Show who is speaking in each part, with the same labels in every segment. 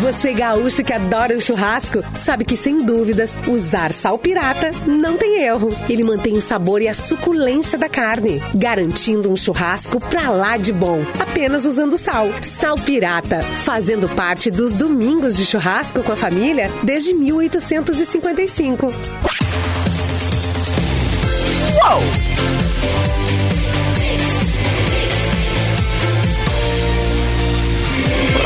Speaker 1: Você gaúcho que adora um churrasco, sabe que sem dúvidas, usar sal pirata não tem erro. Ele mantém o sabor e a suculência da carne, garantindo um churrasco pra lá de bom, apenas usando sal. Sal pirata, fazendo parte dos domingos de churrasco com a família desde 1855.
Speaker 2: Uou!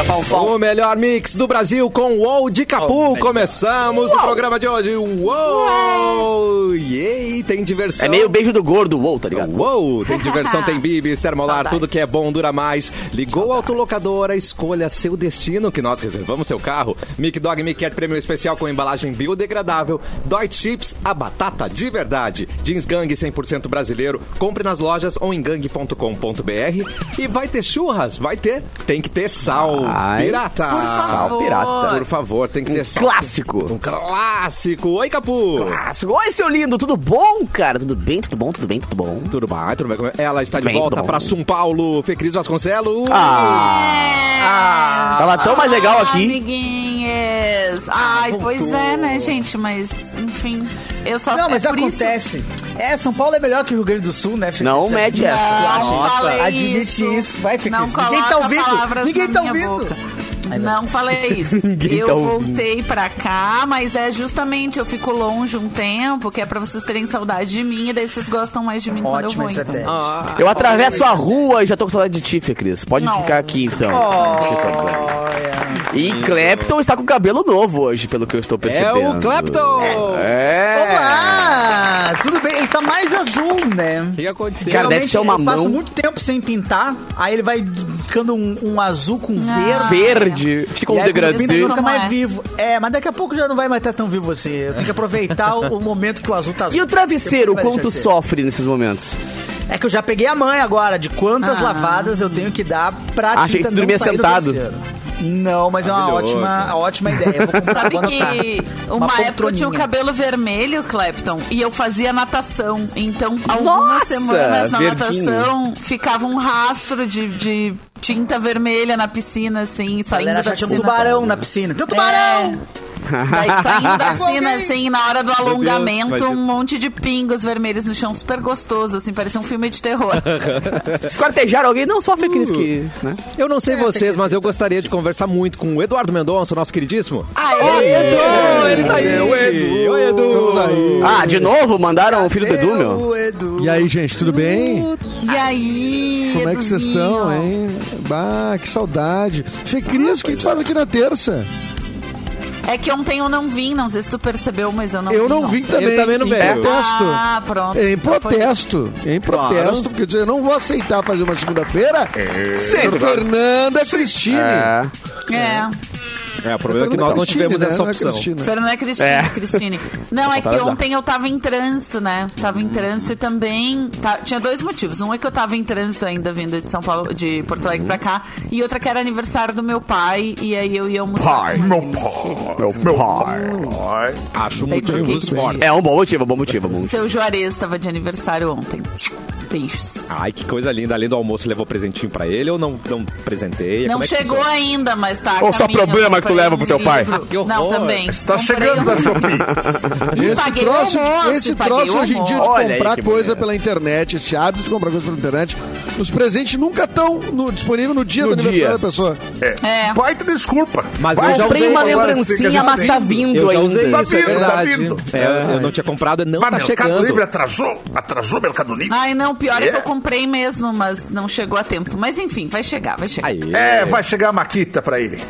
Speaker 2: Pau, pau.
Speaker 3: O melhor mix do Brasil com o UOL de
Speaker 2: Oh,
Speaker 3: Capu. Começamos o programa de hoje. Uou! E tem diversão.
Speaker 2: É meio beijo do gordo, uou, tá ligado?
Speaker 3: Uou! Tem diversão, tem bibis, termolar,
Speaker 2: Saudades.
Speaker 3: tudo que é bom dura mais. Ligou a autolocadora, escolha seu destino, que nós reservamos seu carro. Mic Dog Mic Cat Prêmio Especial com embalagem biodegradável. Dói Chips, a batata de verdade. Jeans Gang 100% brasileiro. Compre nas lojas ou em gang.com.br. E vai ter churras, vai ter. Tem que ter sal.
Speaker 2: Vai.
Speaker 3: Pirata!
Speaker 2: Sal pirata.
Speaker 3: Por favor, tem que ter sal.
Speaker 2: Clássico.
Speaker 3: Um clássico. Oi, Capu.
Speaker 2: Clássico. Oi, seu lindo, tudo bom, cara? Tudo bem, tudo bom, tudo bem, tudo bom?
Speaker 3: Tudo bem, tudo bem. Ah! Como é? Ela está de
Speaker 2: Bem
Speaker 3: volta
Speaker 2: bom.
Speaker 3: para São Paulo. Fê Cris Vasconcelos.
Speaker 2: Ah, tava tão mais legal aqui.
Speaker 4: É. Amiguinhas.
Speaker 5: Ah,
Speaker 4: Ai,
Speaker 3: voltou.
Speaker 4: pois é, né, gente? Mas, enfim, eu só
Speaker 5: Não, mas
Speaker 4: é por Isso,
Speaker 5: acontece. É, São Paulo é melhor que o Rio Grande do Sul, né, Felipe?
Speaker 2: Não
Speaker 5: Você
Speaker 2: mede
Speaker 5: admite-
Speaker 2: essa.
Speaker 5: Tu acha
Speaker 4: não
Speaker 5: isso?
Speaker 4: falei
Speaker 5: Admite isso. Vai, Fê
Speaker 4: Não
Speaker 5: Cris. Ninguém tá
Speaker 4: coloca
Speaker 5: ouvindo.
Speaker 4: palavras
Speaker 5: Ninguém
Speaker 4: na
Speaker 5: tá
Speaker 4: minha
Speaker 5: ouvindo.
Speaker 4: boca. Não falei isso.
Speaker 2: Ninguém
Speaker 4: eu
Speaker 2: tá ouvindo.
Speaker 4: voltei pra cá, mas é justamente eu fico longe um tempo, que é pra vocês terem saudade de mim, e daí vocês gostam mais de mim quando eu
Speaker 5: Ótima
Speaker 4: vou, então.
Speaker 5: estratégia.
Speaker 2: Ah. Eu atravesso a rua e já tô com saudade de ti, Fê Cris. Pode
Speaker 4: Não.
Speaker 2: ficar aqui, então.
Speaker 3: Oh.
Speaker 5: Olha.
Speaker 2: E Clapton está com cabelo novo hoje, pelo que eu estou
Speaker 3: É
Speaker 2: percebendo.
Speaker 3: o Clapton.
Speaker 2: É.
Speaker 5: Olá! Tudo bem? Ele tá mais azul, né?
Speaker 3: O que aconteceu?
Speaker 2: Cara, deve ser uma
Speaker 5: eu passo
Speaker 2: mão.
Speaker 5: muito tempo sem pintar, aí ele vai ficando um, um azul com verde.
Speaker 2: Verde. Fica
Speaker 5: E
Speaker 2: um
Speaker 5: aí, quando pinta,
Speaker 2: degradê.
Speaker 5: ele fica mais
Speaker 4: Como é?
Speaker 5: vivo. Ah. É, mas daqui a pouco já não vai mais estar tão vivo assim. Eu tenho que aproveitar o, o momento que o azul tá azul.
Speaker 2: E o travesseiro,
Speaker 5: Vai deixar
Speaker 2: quanto
Speaker 5: de ser.
Speaker 2: sofre nesses momentos?
Speaker 5: É que eu já peguei a mãe agora de quantas
Speaker 4: Ah.
Speaker 5: lavadas eu tenho que dar
Speaker 6: Ah,
Speaker 5: pra
Speaker 2: Achei
Speaker 5: tinta
Speaker 2: que tu dormia
Speaker 5: não sair do
Speaker 2: sentado.
Speaker 5: terceiro. Não, mas é uma
Speaker 3: Maravilhoso.
Speaker 5: ótima, ótima ideia. Eu vou comprar,
Speaker 4: Sabe
Speaker 5: vou anotar.
Speaker 4: que
Speaker 3: tá
Speaker 4: uma, época eu tinha um o
Speaker 5: poltroninha.
Speaker 4: cabelo vermelho, Clapton, e eu fazia natação. Então, algumas
Speaker 2: Nossa,
Speaker 4: semanas na
Speaker 2: verdinho.
Speaker 4: natação ficava um rastro de, de tinta vermelha na piscina, assim, É.
Speaker 5: A
Speaker 4: saindo da
Speaker 5: galera já tinha um
Speaker 4: piscina.
Speaker 5: tubarão na piscina. Tem um tubarão!
Speaker 4: Daí saindo da piscina, assim, na hora do
Speaker 3: vai
Speaker 4: alongamento,
Speaker 3: ter-
Speaker 4: um monte de pingos vermelhos no chão, super gostoso, assim, parecia um filme de terror.
Speaker 2: Esquartejaram alguém? Não, só Fê Cris que... Né?
Speaker 3: Eu não sei vocês, mas eu gostaria de conversar muito com o Eduardo Mendonça, nosso queridíssimo.
Speaker 4: Aê!
Speaker 3: Edu, ele tá aí.
Speaker 2: É,
Speaker 3: O Edu. Oi, Edu.
Speaker 7: Estamos aí.
Speaker 2: Ah, de novo? Mandaram o filho do Edu, meu?
Speaker 5: Eu, Edu.
Speaker 7: E aí, gente, tudo bem?
Speaker 4: E aí?
Speaker 7: Como é que vocês
Speaker 4: Eduzinho?
Speaker 7: estão, hein? Bah, que saudade. Fê Cris, o que tu faz aqui na terça?
Speaker 4: É que ontem eu não vim, não sei se tu percebeu, mas eu não
Speaker 7: Eu
Speaker 4: vim.
Speaker 7: não
Speaker 4: ontem.
Speaker 7: vim também.
Speaker 3: Ele também não
Speaker 7: em
Speaker 3: veio.
Speaker 7: protesto.
Speaker 4: Ah, pronto.
Speaker 7: Em
Speaker 4: Então foi isso.
Speaker 7: protesto, em protesto, porque eu dizer, eu não vou aceitar fazer uma segunda-feira
Speaker 3: É,
Speaker 7: sem Fernanda Cristine.
Speaker 2: É.
Speaker 4: É.
Speaker 3: É, o problema é que nós não
Speaker 7: Cristine,
Speaker 3: tivemos
Speaker 7: né?
Speaker 3: essa
Speaker 7: Não é
Speaker 3: opção.
Speaker 7: Cristina.
Speaker 4: Fernanda Cristine,
Speaker 2: É.
Speaker 4: Cristine. Não, é que
Speaker 2: Faltava
Speaker 4: ontem eu tava em trânsito, né? Tava em trânsito e também. tá- tinha dois motivos. Um é que eu tava em trânsito ainda vindo de São Paulo, de Porto Alegre pra cá. E outra que era aniversário do meu pai. E aí eu ia almoçar.
Speaker 2: Pai.
Speaker 4: com ele.
Speaker 2: Meu pai.
Speaker 3: Acho
Speaker 4: Daí
Speaker 3: muito
Speaker 4: troquei de
Speaker 3: injusto.
Speaker 4: dia.
Speaker 2: É um bom motivo, um bom motivo. um bom motivo.
Speaker 4: Seu Juarez tava de aniversário ontem. Beijos.
Speaker 3: Ai, que coisa linda. Além do almoço, levou presentinho pra ele ou não, não presenteia?
Speaker 4: Não
Speaker 3: Como é que
Speaker 4: chegou
Speaker 3: funciona?
Speaker 4: ainda, mas tá. a
Speaker 2: Ou só
Speaker 4: caminho,
Speaker 2: problema que tu
Speaker 4: comprei
Speaker 2: leva pro teu
Speaker 4: livro.
Speaker 2: pai?
Speaker 3: Que horror.
Speaker 4: Não, também.
Speaker 8: Está
Speaker 4: Comprei
Speaker 8: chegando
Speaker 4: um-
Speaker 8: da Shopee.
Speaker 7: Esse
Speaker 4: paguei o
Speaker 7: troço,
Speaker 4: almoço,
Speaker 7: esse
Speaker 4: paguei
Speaker 7: troço
Speaker 4: o
Speaker 7: hoje em dia de
Speaker 4: almoço.
Speaker 2: Olha aí,
Speaker 7: comprar
Speaker 2: que
Speaker 7: coisa
Speaker 2: bonito.
Speaker 7: pela internet, esse hábito de comprar coisa pela internet, os presentes nunca estão no- disponíveis no dia
Speaker 2: No
Speaker 7: do
Speaker 2: dia.
Speaker 7: aniversário da pessoa.
Speaker 4: É.
Speaker 8: Baita desculpa.
Speaker 3: Mas eu
Speaker 8: Baita
Speaker 3: já
Speaker 2: Comprei
Speaker 3: usei
Speaker 2: uma
Speaker 3: agora,
Speaker 2: lembrancinha,
Speaker 8: fica
Speaker 2: mas tá
Speaker 7: sabendo.
Speaker 2: vindo
Speaker 3: Eu já
Speaker 2: ainda.
Speaker 3: usei
Speaker 8: Tá
Speaker 3: isso, é
Speaker 8: vindo, tá
Speaker 3: verdade.
Speaker 8: vindo.
Speaker 3: É, eu não tinha comprado, não
Speaker 8: Mas
Speaker 3: tá
Speaker 8: Mercado
Speaker 3: chegando.
Speaker 8: Livre atrasou. Atrasou o Mercado Livre.
Speaker 4: Ai, não, pior é. que
Speaker 8: É.
Speaker 4: eu comprei mesmo, mas não chegou a tempo. Mas enfim, vai chegar, vai chegar.
Speaker 3: Aí.
Speaker 8: É, vai chegar a Maquita pra ele.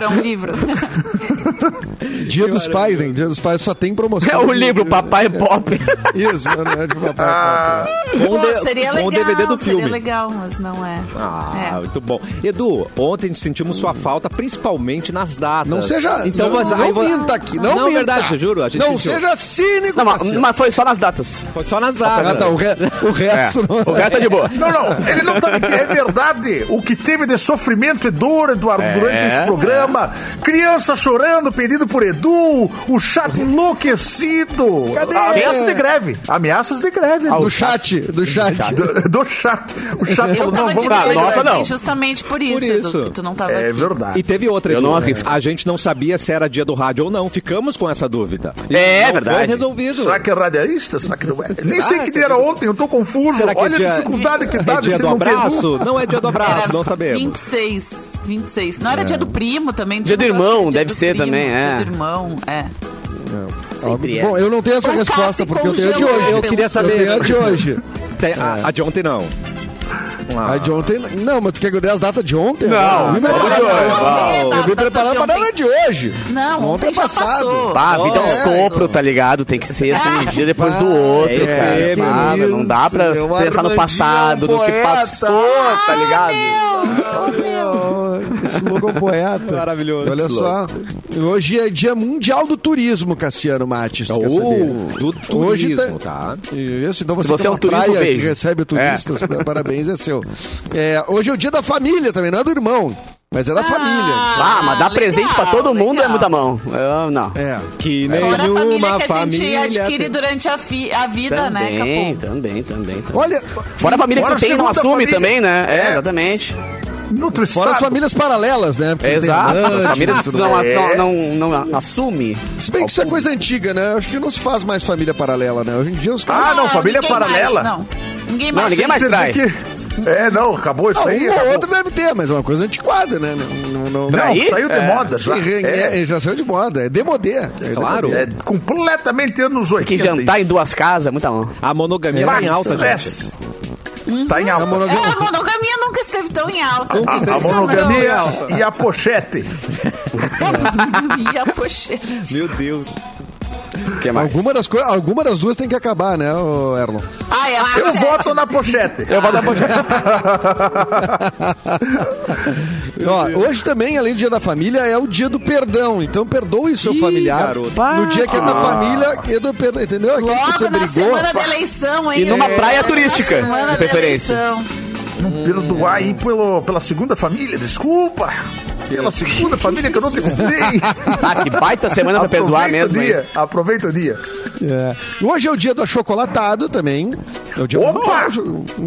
Speaker 4: Já um livro, é um livro.
Speaker 7: Dia dos pais, né? Dia dos pais só tem promoção.
Speaker 2: É o livro Papai Pop.
Speaker 7: Isso, é de papai.
Speaker 8: Ah,
Speaker 3: Com,
Speaker 4: Pô,
Speaker 3: Um de-
Speaker 4: seria
Speaker 3: com
Speaker 4: legal,
Speaker 3: o DVD do
Speaker 4: seria
Speaker 3: filme.
Speaker 4: legal, mas não é.
Speaker 3: Ah,
Speaker 4: É.
Speaker 3: muito bom. Edu, ontem sentimos sua falta, principalmente nas datas.
Speaker 7: Não seja.
Speaker 3: Então,
Speaker 7: não,
Speaker 3: mas- aí
Speaker 7: não
Speaker 3: vo-
Speaker 7: minta aqui. Não,
Speaker 3: Não,
Speaker 7: minta.
Speaker 3: verdade, eu juro, a gente
Speaker 7: não
Speaker 3: sentiu.
Speaker 7: seja cínico,
Speaker 2: Não, mas,
Speaker 7: Cassiano.
Speaker 2: mas foi só nas datas.
Speaker 3: Foi só nas
Speaker 7: Ah,
Speaker 3: datas.
Speaker 7: tá, o, re- o resto não.
Speaker 2: O resto é de boa.
Speaker 8: não, não, ele não tá mentindo. É
Speaker 3: É.
Speaker 8: verdade. O que teve de sofrimento e dor, Eduardo, durante esse programa. Criança chorando, chorando, pedido por Edu, o chat enlouquecido.
Speaker 7: Cadê?
Speaker 8: Ameaças de greve. Ameaças de greve.
Speaker 7: Do chat, do chat.
Speaker 8: Do, do chat. O chat
Speaker 4: Eu
Speaker 8: falou,
Speaker 4: tava
Speaker 8: não,
Speaker 4: de
Speaker 8: vamos
Speaker 6: pra-
Speaker 4: bem,
Speaker 3: Ah,
Speaker 6: nossa, não.
Speaker 4: justamente por isso, Edu,
Speaker 7: isso.
Speaker 4: que tu não tava
Speaker 8: É
Speaker 4: aqui.
Speaker 8: verdade.
Speaker 3: E teve outra,
Speaker 6: Eu
Speaker 3: Edu.
Speaker 6: não arrisco.
Speaker 3: A gente não sabia se era dia do rádio ou não. Ficamos com essa dúvida. E
Speaker 6: É,
Speaker 3: não Foi
Speaker 6: verdade.
Speaker 3: resolvido.
Speaker 8: Será que é radialista? Será que não é? Nem sei que dia era ontem, eu tô confuso.
Speaker 3: Será que é
Speaker 8: Olha
Speaker 3: dia-
Speaker 8: a dificuldade que
Speaker 7: tá
Speaker 8: dá
Speaker 3: é dia
Speaker 8: desse
Speaker 3: do
Speaker 8: não ter Edu.
Speaker 3: abraço? Não é dia do abraço, não sabemos.
Speaker 4: 26, 26. Não era dia do primo também?
Speaker 6: Dia do
Speaker 4: Tinha um negócio
Speaker 6: irmão,
Speaker 4: de
Speaker 6: deve
Speaker 4: do
Speaker 6: ser também, é.
Speaker 4: Dia do irmão, é.
Speaker 6: Sempre é.
Speaker 7: Bom, eu não tenho essa
Speaker 4: Ou
Speaker 7: resposta,
Speaker 4: Cássio
Speaker 7: porque eu tenho a de
Speaker 4: congelou
Speaker 7: hoje.
Speaker 4: Eu queria
Speaker 3: saber.
Speaker 7: Eu tenho a de hoje.
Speaker 3: Te- a, a de ontem não.
Speaker 7: A de ontem. Não, mas tu quer que eu dê as datas de ontem?
Speaker 6: Não,
Speaker 7: Ah,
Speaker 6: não,
Speaker 7: eu-
Speaker 6: não,
Speaker 4: não.
Speaker 7: eu- Eu
Speaker 4: Data
Speaker 7: vim
Speaker 4: de
Speaker 7: preparar pra
Speaker 4: ontem.
Speaker 7: data de hoje.
Speaker 4: tá, Não, ontem
Speaker 7: é
Speaker 4: já passou.
Speaker 6: Bah, a vida é um
Speaker 7: É,
Speaker 6: sopro, tá ligado? Tem que ser assim, um dia depois do outro,
Speaker 7: é,
Speaker 6: cara.
Speaker 7: que
Speaker 6: Ah,
Speaker 7: isso,
Speaker 6: não dá pra
Speaker 7: meu
Speaker 6: pensar no
Speaker 7: Armandinho
Speaker 6: passado,
Speaker 7: é um
Speaker 6: no que
Speaker 7: poeta.
Speaker 6: passou,
Speaker 4: Ah,
Speaker 6: tá ligado?
Speaker 7: Ah, Esse louco é um poeta.
Speaker 3: Maravilhoso.
Speaker 7: Olha
Speaker 3: Esse
Speaker 7: só. Hoje é dia mundial do turismo, Cassiano Matos. tu quer
Speaker 3: Ou
Speaker 7: saber?
Speaker 3: do
Speaker 7: Hoje
Speaker 3: turismo, tá?
Speaker 7: Isso, então você,
Speaker 6: Oh. Se você
Speaker 7: que
Speaker 6: é um
Speaker 7: uma
Speaker 6: turismo,
Speaker 7: praia que
Speaker 6: beijo.
Speaker 7: recebe turistas, parabéns, é seu. É, hoje é o dia da família também, não é do irmão, mas é da família.
Speaker 6: Ah, mas dar
Speaker 4: legal,
Speaker 6: presente pra todo mundo é
Speaker 4: legal.
Speaker 6: muita mão. Eu, não.
Speaker 7: É.
Speaker 3: Que
Speaker 4: Fora a família
Speaker 3: nenhuma
Speaker 4: que a gente
Speaker 3: família.
Speaker 4: adquire
Speaker 3: tem-
Speaker 4: durante a, fi- a vida, né,
Speaker 6: Também,
Speaker 4: Capô?
Speaker 6: também, também, também.
Speaker 7: Olha,
Speaker 6: Fora a família
Speaker 8: Fora
Speaker 6: que tem,
Speaker 8: a
Speaker 6: não
Speaker 8: segunda
Speaker 6: assume
Speaker 8: família.
Speaker 6: também, né? É,
Speaker 8: É.
Speaker 6: exatamente.
Speaker 8: Nutro
Speaker 7: fora as
Speaker 8: Estado.
Speaker 7: famílias paralelas, né? Porque tem
Speaker 6: Exato.
Speaker 7: lanche,
Speaker 6: As famílias
Speaker 7: tudo
Speaker 6: não,
Speaker 7: mais.
Speaker 6: não, não, não, assume.
Speaker 7: é. Se bem que isso é coisa antiga, né? Acho que não se faz mais família paralela, né? Hoje em dia os caras.
Speaker 8: Ah, não, família
Speaker 4: ninguém
Speaker 8: paralela.
Speaker 4: mais, não. Ninguém mais.
Speaker 6: Não, ninguém mais
Speaker 8: Quer
Speaker 6: trai.
Speaker 8: dizer que- É, não, acabou isso
Speaker 7: Ah,
Speaker 8: aí.
Speaker 7: uma ou
Speaker 8: acabou.
Speaker 7: outra deve ter, mas é uma coisa antiquada, né? Não, não, não,
Speaker 8: Não,
Speaker 6: Aí?
Speaker 8: saiu de
Speaker 6: É.
Speaker 8: moda já.
Speaker 7: Sim,
Speaker 8: É,
Speaker 7: é, já saiu de moda, é demodê. É
Speaker 3: Claro.
Speaker 8: é completamente anos 80.
Speaker 6: Que jantar em duas casas, é muita mão.
Speaker 3: A
Speaker 7: É.
Speaker 3: monogamia tá
Speaker 8: Vai,
Speaker 3: em alta, gente.
Speaker 8: estresse. Tá em alta.
Speaker 7: A
Speaker 4: É, a
Speaker 7: monogamia.
Speaker 4: monogamia nunca esteve tão em alta.
Speaker 8: A,
Speaker 6: Ah,
Speaker 8: a
Speaker 4: Impressionante.
Speaker 8: monogamia e a pochete.
Speaker 4: monogamia, poxa.
Speaker 3: Meu Deus.
Speaker 6: Que mais?
Speaker 7: Alguma das, coi- alguma das duas tem que acabar, né, ô Erlon?
Speaker 4: Ai, é, a
Speaker 8: Eu
Speaker 4: pochete.
Speaker 8: voto na pochete.
Speaker 6: Eu vou dar pra
Speaker 7: Ó, hoje também, além do dia da família, é o dia do perdão. Então perdoe seu familiar.
Speaker 3: garoto.
Speaker 7: No dia que é da família, é do perdão, entendeu? Aquele que você
Speaker 4: Logo na
Speaker 7: brigou.
Speaker 4: semana da eleição, hein?
Speaker 6: E numa
Speaker 4: É,
Speaker 6: praia
Speaker 4: na
Speaker 6: turística,
Speaker 4: semana
Speaker 6: de
Speaker 4: da
Speaker 6: preferência.
Speaker 4: eleição.
Speaker 8: Perdoar aí pelo, pela segunda família, desculpa. Pela segunda família que eu não te convidei.
Speaker 6: Ah, que baita semana pra perdoar
Speaker 8: Aproveita o
Speaker 6: mesmo. hein?
Speaker 8: dia, aproveita o dia.
Speaker 7: É. Hoje é o dia do achocolatado também. É o dia
Speaker 8: Opa!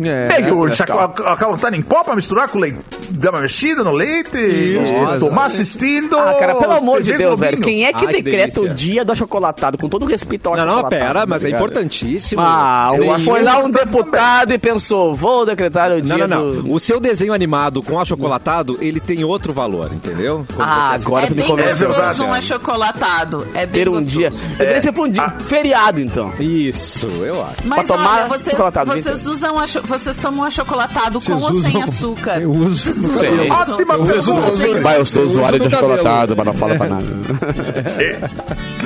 Speaker 7: É.
Speaker 8: Pega o chacalotado tá em pó pra misturar com leite, dar uma mexida no leite,
Speaker 7: Isso,
Speaker 8: tomar assistindo.
Speaker 6: Ah, cara, pelo amor de
Speaker 8: TV
Speaker 6: Deus,
Speaker 8: Globinho.
Speaker 6: velho. Quem é que
Speaker 3: Ah, que
Speaker 6: decreta o
Speaker 3: delícia.
Speaker 6: dia do achocolatado? Com todo respeito ao
Speaker 3: Não, não,
Speaker 6: achocolatado.
Speaker 3: pera, mas é
Speaker 7: obrigado.
Speaker 3: importantíssimo.
Speaker 6: Ah,
Speaker 3: Eu
Speaker 6: um-
Speaker 3: acho-
Speaker 6: foi lá um deputado e pensou, vou decretar o dia
Speaker 3: Não, não, não.
Speaker 6: do...
Speaker 3: O seu desenho animado com achocolatado, ele tem outro valor, entendeu? Quando
Speaker 6: Ah,
Speaker 3: você assiste.
Speaker 6: agora
Speaker 4: é
Speaker 6: tu me
Speaker 4: bem
Speaker 6: convenceu.
Speaker 4: gostoso
Speaker 8: verdade.
Speaker 4: um achocolatado. É bem
Speaker 6: Ter é. um
Speaker 4: gostoso.
Speaker 6: dia... Deveria ser um
Speaker 7: Ah.
Speaker 6: dia feriado, então.
Speaker 3: Isso, eu acho.
Speaker 4: Mas
Speaker 6: Pra tomar
Speaker 4: olha, vocês,
Speaker 6: achocolatado,
Speaker 4: vocês usam um acho- vocês tomam achocolatado com
Speaker 7: Vocês
Speaker 4: ou sem
Speaker 7: usam-
Speaker 4: açúcar?
Speaker 7: Eu uso
Speaker 6: Sim.
Speaker 7: no cabelo.
Speaker 8: Ótima
Speaker 7: Eu uso-
Speaker 8: pergunta.
Speaker 7: eu uso- Vai, eu sou usuário de achocolatado,
Speaker 6: mas não fala pra nada.
Speaker 8: É,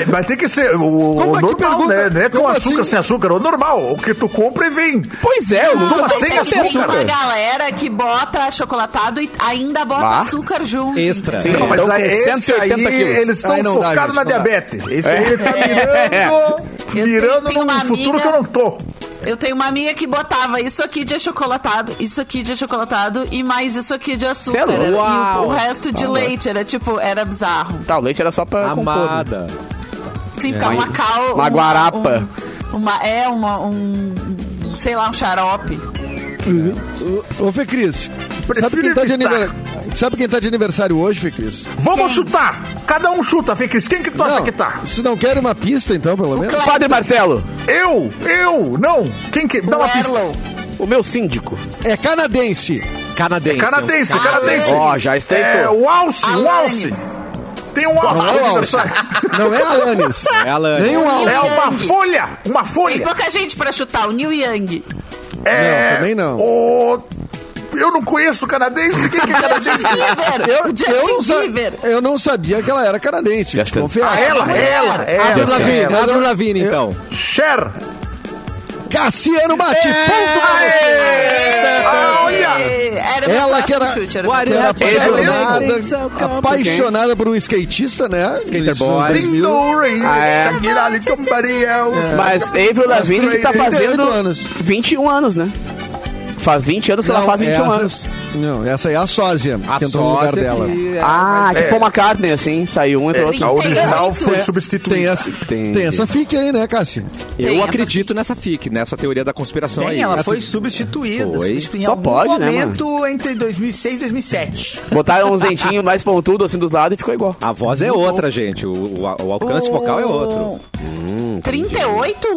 Speaker 8: Mas tem que ser o, o
Speaker 7: Como é que
Speaker 8: normal,
Speaker 7: pergunta?
Speaker 8: né? Não é com
Speaker 7: Como
Speaker 8: açúcar,
Speaker 7: assim?
Speaker 8: sem açúcar. O normal, o que tu compra e vem.
Speaker 6: Pois é, eu
Speaker 8: Toma
Speaker 6: não
Speaker 8: sem
Speaker 6: tem
Speaker 8: açúcar.
Speaker 4: Tem uma galera que bota achocolatado e ainda bota
Speaker 6: Bah.
Speaker 4: açúcar junto.
Speaker 3: Extra.
Speaker 6: Sim.
Speaker 8: Não, mas
Speaker 6: Então,
Speaker 8: aí,
Speaker 6: com
Speaker 8: esse
Speaker 6: 180
Speaker 8: aí,
Speaker 6: quilos. É.
Speaker 8: eles
Speaker 7: Aí
Speaker 8: estão
Speaker 7: não dá, gente,
Speaker 8: focados na
Speaker 7: não dá.
Speaker 8: diabetes. Esse aí, ele tá mirando,
Speaker 4: Eu
Speaker 8: mirando
Speaker 4: tenho- tenho uma
Speaker 8: num futuro
Speaker 4: amiga-
Speaker 8: que eu não tô.
Speaker 4: Eu tenho uma amiga que botava isso aqui de achocolatado, isso aqui de achocolatado e mais isso aqui de açúcar.
Speaker 6: Cê é louco.
Speaker 4: Era- e o,
Speaker 6: Uau.
Speaker 4: o resto de
Speaker 6: Ah,
Speaker 4: leite era tipo, era bizarro.
Speaker 7: Ah.
Speaker 6: Tá, o leite era só pra compor. né?
Speaker 3: Amada.
Speaker 4: Sim, ficar uma cal...
Speaker 6: Uma guarapa.
Speaker 4: um- uma, é, uma, um... Sei lá, um xarope.
Speaker 7: Ô, Fê Cris, sabe
Speaker 8: Prefiro
Speaker 7: quem, tá de
Speaker 8: evitar.
Speaker 7: aniversário, sabe quem tá de aniversário hoje, Fê Cris?
Speaker 8: Vamos
Speaker 4: Quem?
Speaker 8: chutar. Cada um chuta, Fê Cris. Quem que tu acha que tá?
Speaker 7: se é- não quer uma pista, então, pelo menos.
Speaker 4: Cla-
Speaker 6: Padre Marcelo,
Speaker 8: Eu? Eu? Não. Quem que... Dá
Speaker 4: O
Speaker 8: uma pista.
Speaker 4: Erlon.
Speaker 6: o meu síndico.
Speaker 7: É canadense.
Speaker 3: Canadense.
Speaker 8: É Canadense, canadense.
Speaker 6: Ó, já estreitou.
Speaker 8: É, o Alce, o Alce.
Speaker 4: Alanis.
Speaker 8: Tem um Alce
Speaker 7: Não é
Speaker 8: no
Speaker 7: o Alce.
Speaker 8: aniversário.
Speaker 7: Não é Alanis.
Speaker 3: É a Lani.
Speaker 7: Nem um Alanis.
Speaker 8: É uma
Speaker 4: Yang.
Speaker 8: folha. Uma
Speaker 4: Tem
Speaker 8: folha.
Speaker 4: pouca gente pra chutar, o Neil Young.
Speaker 8: É,
Speaker 7: Não, também não.
Speaker 8: O... Eu não conheço canadense. Quem que é canadense?
Speaker 4: Bieber,
Speaker 7: Eu,
Speaker 4: o Justin
Speaker 7: eu não sa-
Speaker 4: Bieber.
Speaker 7: eu não sabia que ela era canadense.
Speaker 6: Justin.
Speaker 7: Desconfiava.
Speaker 8: Ah, ela, ela,
Speaker 3: Avril
Speaker 8: ela.
Speaker 3: Lavigne,
Speaker 7: Eu-
Speaker 3: Avril Lavigne,
Speaker 7: eu-
Speaker 3: então.
Speaker 8: Cher.
Speaker 7: Cassiano Mate,
Speaker 8: É.
Speaker 7: ponto pra você.
Speaker 8: Ah, olha.
Speaker 4: É, Era meu
Speaker 7: Ela
Speaker 4: próximo
Speaker 7: que era,
Speaker 4: chute, era
Speaker 7: que
Speaker 4: meu
Speaker 7: era
Speaker 4: próximo.
Speaker 8: é
Speaker 7: apaixonada, apaixonada por um skatista, né?
Speaker 3: Skater
Speaker 7: Isso,
Speaker 3: boy.
Speaker 7: 2000.
Speaker 8: Lindori.
Speaker 6: Ah, é.
Speaker 8: Shakirali Combaria.
Speaker 7: É.
Speaker 6: Mas Avril Lavigne que tá
Speaker 7: 38
Speaker 6: fazendo
Speaker 7: anos.
Speaker 6: 21 anos, né? Faz 20 anos que ela faz 21
Speaker 7: essa,
Speaker 6: anos.
Speaker 7: é Não, essa é a sósia
Speaker 3: A
Speaker 7: que entrou no lugar
Speaker 3: sósia
Speaker 7: dela.
Speaker 3: que é-
Speaker 6: Ah,
Speaker 8: é.
Speaker 6: tipo uma McCartney, assim. Saiu um, entrou outro.
Speaker 8: a original
Speaker 7: Tem-
Speaker 8: foi substituída.
Speaker 7: Tem essa,
Speaker 3: Entendi.
Speaker 7: tem essa fique aí, né, Cássio?
Speaker 3: Eu
Speaker 4: Tem essa-
Speaker 3: acredito nessa FIC, nessa teoria da conspiração
Speaker 5: Tem,
Speaker 3: aí.
Speaker 5: ela
Speaker 7: Ah,
Speaker 5: foi
Speaker 7: tu-
Speaker 5: substituída.
Speaker 3: Foi?
Speaker 5: substituída em
Speaker 6: Só
Speaker 5: algum
Speaker 6: pode, né, Tá
Speaker 5: momento entre 2006 e 2007.
Speaker 6: Botaram uns dentinhos mais pontudos assim dos lados e ficou igual.
Speaker 7: Ah,
Speaker 3: A voz é outra, gente. O, o- o alcance vocal
Speaker 4: Um
Speaker 3: é outro.
Speaker 4: 38,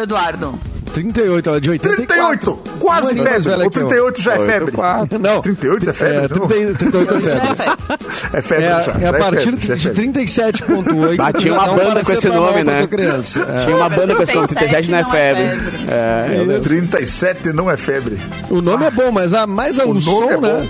Speaker 4: Eduardo?
Speaker 7: 38, ela é de 84.
Speaker 8: 38! Quase
Speaker 7: Muito mais velha
Speaker 8: febre. O
Speaker 7: que eu.
Speaker 8: 38 já é febre.
Speaker 6: 84.
Speaker 7: Não.
Speaker 8: 38 é febre,
Speaker 7: É,
Speaker 8: não?
Speaker 7: 30 38 é
Speaker 4: Já
Speaker 7: febre.
Speaker 4: foi.
Speaker 8: É febre
Speaker 7: É,
Speaker 8: já.
Speaker 7: é
Speaker 8: já
Speaker 7: a partir
Speaker 8: febre, já
Speaker 7: de
Speaker 8: febre.
Speaker 7: 37.8.
Speaker 6: Batia Ah, é
Speaker 7: já
Speaker 6: uma
Speaker 7: dá um
Speaker 6: banda com esse
Speaker 7: paracetamol
Speaker 6: nome,
Speaker 7: pra
Speaker 6: né?
Speaker 7: tua criança. É.
Speaker 6: Tinha uma banda com esse nome,
Speaker 4: 37
Speaker 6: 37 não é
Speaker 4: não é febre.
Speaker 6: febre. É, eu lembro.
Speaker 8: 37 não é febre.
Speaker 7: O nome é bom, mas a mais a o,
Speaker 8: nome
Speaker 7: som,
Speaker 8: é bom.
Speaker 7: né?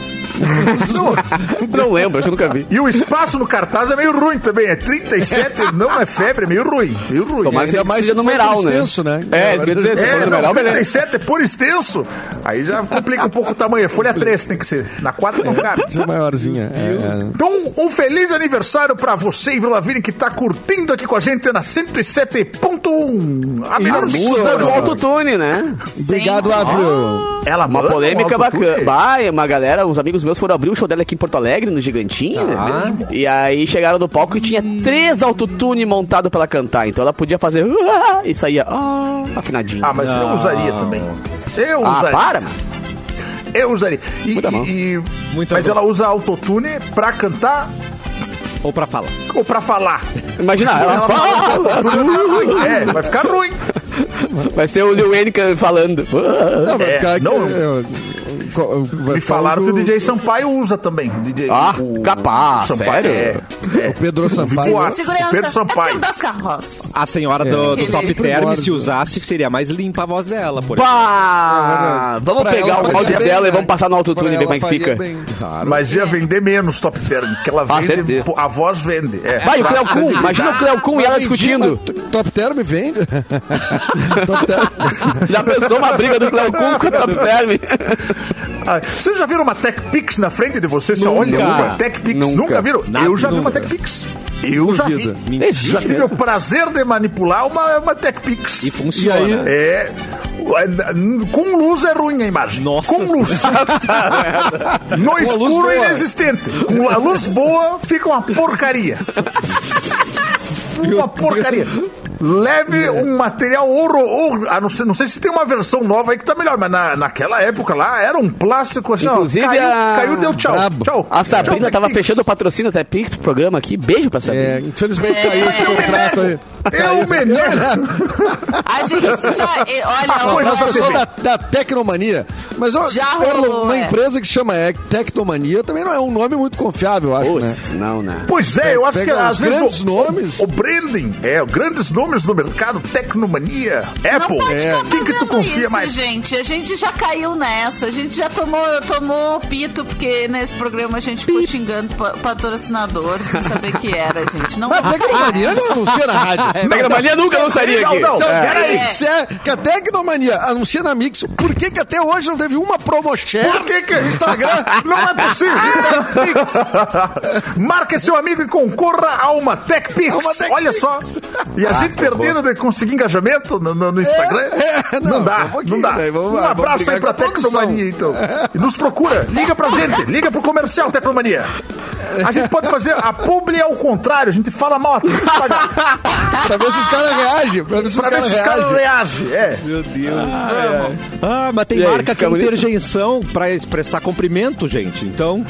Speaker 6: Não lembro, acho que nunca vi.
Speaker 8: E o espaço no cartaz é meio ruim também. É 37 não é febre, é meio ruim. Meio ruim.
Speaker 6: Tomara
Speaker 8: É.
Speaker 6: que
Speaker 7: Ainda mais se
Speaker 6: seja
Speaker 7: for
Speaker 6: numeral,
Speaker 7: por
Speaker 6: né?
Speaker 7: extenso, né?
Speaker 6: É, isso que eu ia dizer, se
Speaker 8: É,
Speaker 6: for
Speaker 8: não,
Speaker 6: numeral, beleza.
Speaker 8: 37 é por extenso. Aí já complica um pouco o tamanho. É folha 3, tem que ser. Na 4 não cabe.
Speaker 7: Essa é maiorzinha. É,
Speaker 8: Então, um feliz aniversário pra você e Vila Vini que tá curtindo aqui com a gente na 107.1. A melhor
Speaker 7: Isso,
Speaker 8: música
Speaker 6: Usa
Speaker 8: do
Speaker 6: o
Speaker 8: mundo.
Speaker 6: autotune, né?
Speaker 7: é. Obrigado, Ávio.
Speaker 8: Ela
Speaker 6: Uma
Speaker 8: manda um
Speaker 6: polêmica
Speaker 8: autotune.
Speaker 6: bacana. Bah, e uma galera, uns amigos meus foram abrir o show dela aqui em Porto Alegre, no Gigantinho.
Speaker 3: Ah.
Speaker 6: né? E aí chegaram no palco e tinha três autotune montado pra ela cantar. Então ela podia fazer e saía ah, afinadinho.
Speaker 8: Ah, mas eu usaria também. Eu
Speaker 6: Ah,
Speaker 8: usaria.
Speaker 6: para, mano.
Speaker 8: Eu usaria. E,
Speaker 6: Muita mão.
Speaker 8: e- e-
Speaker 3: Muita
Speaker 8: mas
Speaker 3: mão.
Speaker 8: ela usa autotune pra cantar
Speaker 3: Ou pra falar.
Speaker 8: ou pra falar?
Speaker 6: Imagina,
Speaker 8: Senão
Speaker 6: ela
Speaker 8: vai botar
Speaker 6: fala. tá
Speaker 8: autotune, vai ficar ruim. tá É, vai ficar ruim.
Speaker 6: Vai ser o Lil Wayne can- falando.
Speaker 7: Não, mas
Speaker 8: É,
Speaker 7: cara, que-
Speaker 8: não.
Speaker 7: eu- co- vai
Speaker 8: Me
Speaker 7: ficar
Speaker 8: falaram que
Speaker 7: do-
Speaker 8: o DJ Sampaio usa também. O DJ,
Speaker 6: Ah,
Speaker 8: o,
Speaker 6: capaz, sério?
Speaker 8: É, é.
Speaker 7: O Pedro
Speaker 8: Vivo
Speaker 7: Sampaio.
Speaker 8: Ar-
Speaker 4: Segurança.
Speaker 8: Pedro
Speaker 4: É
Speaker 8: Sampaio.
Speaker 4: tempo das carroças.
Speaker 3: A senhora do, do
Speaker 4: Aquele-
Speaker 3: Top Term,
Speaker 7: primórdio.
Speaker 3: se usasse, seria mais limpa a voz dela, por exemplo.
Speaker 6: Pá!
Speaker 7: verdade.
Speaker 6: Ah, Vamos
Speaker 7: Pra
Speaker 6: pegar
Speaker 7: ela
Speaker 6: o
Speaker 7: faria
Speaker 6: áudio
Speaker 7: bem,
Speaker 6: dela e
Speaker 7: né?
Speaker 6: vamos passar no autotune
Speaker 7: Pra
Speaker 6: e ver
Speaker 7: ela
Speaker 6: como é que
Speaker 7: faria
Speaker 6: fica.
Speaker 7: bem.
Speaker 8: Mas ia vender menos Top Term, porque ela
Speaker 6: Ah,
Speaker 8: vende,
Speaker 6: certeza.
Speaker 8: pô, a voz vende. É,
Speaker 6: Vai, o
Speaker 8: Traz
Speaker 6: Cleo Kuhn,
Speaker 8: credibilidade.
Speaker 6: imagina o Cleo Kuhn Um, e
Speaker 7: Mas
Speaker 6: ela
Speaker 7: vendi,
Speaker 6: discutindo.
Speaker 7: mas Top Term vende? Top Term.
Speaker 6: Já pensou uma briga do Cleo Kuhn com o Top Term?
Speaker 8: Ah, Vocês já viram uma Tech Pix na frente de vocês? Só olha, uma Tech Pix. Nunca,
Speaker 6: Nunca.
Speaker 8: viram? Eu já vi uma Tech Pix. Eu já vi.
Speaker 7: Duvido.
Speaker 6: Existe
Speaker 8: já tive
Speaker 6: mesmo.
Speaker 8: o prazer de manipular uma, uma Tech Pix.
Speaker 3: E
Speaker 7: E aí,
Speaker 3: funciona.
Speaker 8: É. Com luz é ruim a imagem.
Speaker 3: Nossa
Speaker 8: Com luz. no escuro
Speaker 7: boa.
Speaker 8: é inexistente. Com a luz boa, fica uma porcaria. uma porcaria.
Speaker 6: É.
Speaker 8: Leve um material ouro. ouro- ah, não, sei, não sei se tem uma versão nova aí que tá melhor, mas na, naquela época lá era um plástico assim, ó,
Speaker 6: Inclusive,
Speaker 8: caiu,
Speaker 6: a-
Speaker 8: caiu, deu tchau.
Speaker 7: Brabo.
Speaker 8: tchau.
Speaker 6: A Sabrina
Speaker 8: Tchau,
Speaker 6: tava
Speaker 8: Tech Pix.
Speaker 6: fechando o patrocínio até Pix pro programa aqui. Beijo pra Sabrina.
Speaker 7: É, infelizmente caiu esse contrato aí.
Speaker 8: Eu, menino.
Speaker 4: A gente isso já. e, Olha,
Speaker 7: Não,
Speaker 4: olha,
Speaker 7: mas o pessoal
Speaker 8: TV.
Speaker 7: da, da Tecnomania. Mas ó,
Speaker 4: Já
Speaker 7: Erlon,
Speaker 4: rolou,
Speaker 7: uma
Speaker 4: é.
Speaker 7: empresa que se chama Ec- Tecnomania também não é um nome muito confiável, eu acho,
Speaker 6: Puts,
Speaker 7: né?
Speaker 6: não, né?
Speaker 8: Pois é, eu acho que
Speaker 7: Pega
Speaker 8: às
Speaker 7: os
Speaker 8: vezes.
Speaker 7: grandes
Speaker 8: o-
Speaker 7: nomes.
Speaker 8: O, o branding, é, grandes nomes do mercado, Tecnomania,
Speaker 4: Não
Speaker 8: Apple.
Speaker 4: pode
Speaker 7: É.
Speaker 4: ficar
Speaker 8: Quem que tu
Speaker 4: fazendo
Speaker 8: confia
Speaker 4: isso,
Speaker 8: mais?
Speaker 4: gente. A gente já caiu nessa. A gente já tomou, tomou pito, porque nesse programa a gente ficou xingando pa- patrocinador sem saber que era, gente. Não
Speaker 7: Mas é Tecnomania não anuncia na rádio.
Speaker 6: Tecnomania nunca
Speaker 3: é
Speaker 6: lançaria
Speaker 8: Não,
Speaker 6: aqui.
Speaker 8: não. é.
Speaker 7: Se alguém
Speaker 8: Peraí.
Speaker 7: disser que a Tecnomania anuncia na Mix, por que, que até hoje não teve uma promoshare
Speaker 8: Por que que-
Speaker 7: no Instagram?
Speaker 8: Não é possível.
Speaker 7: da Mix?
Speaker 8: Marque seu amigo e concorra a uma TechPix.
Speaker 7: A uma Tech
Speaker 8: Olha
Speaker 7: Pix.
Speaker 8: só. E a gente perdendo de conseguir engajamento no, no- no Instagram.
Speaker 7: é,
Speaker 8: não,
Speaker 7: não,
Speaker 8: dá,
Speaker 7: um pouquinho,
Speaker 8: não dá.
Speaker 7: né? Vamos
Speaker 8: um
Speaker 7: lá, vamos
Speaker 8: abraço
Speaker 7: brigar
Speaker 8: aí pra
Speaker 7: com a produção.
Speaker 8: Tecnomania, então. E nos procura. Liga pra gente. Liga pro comercial Tecnomania. A gente pode fazer a publi ao contrário. A gente fala mal até pagar.
Speaker 7: pra ver se os caras reagem. Pra ver se os
Speaker 8: Pra ver se
Speaker 7: caras
Speaker 8: os caras
Speaker 7: reagem.
Speaker 8: reagem. É.
Speaker 3: Meu Deus. Ah, mas tem
Speaker 6: E aí,
Speaker 3: marca que é
Speaker 6: fica bonito?
Speaker 3: interjeição pra expressar cumprimento, gente. Então.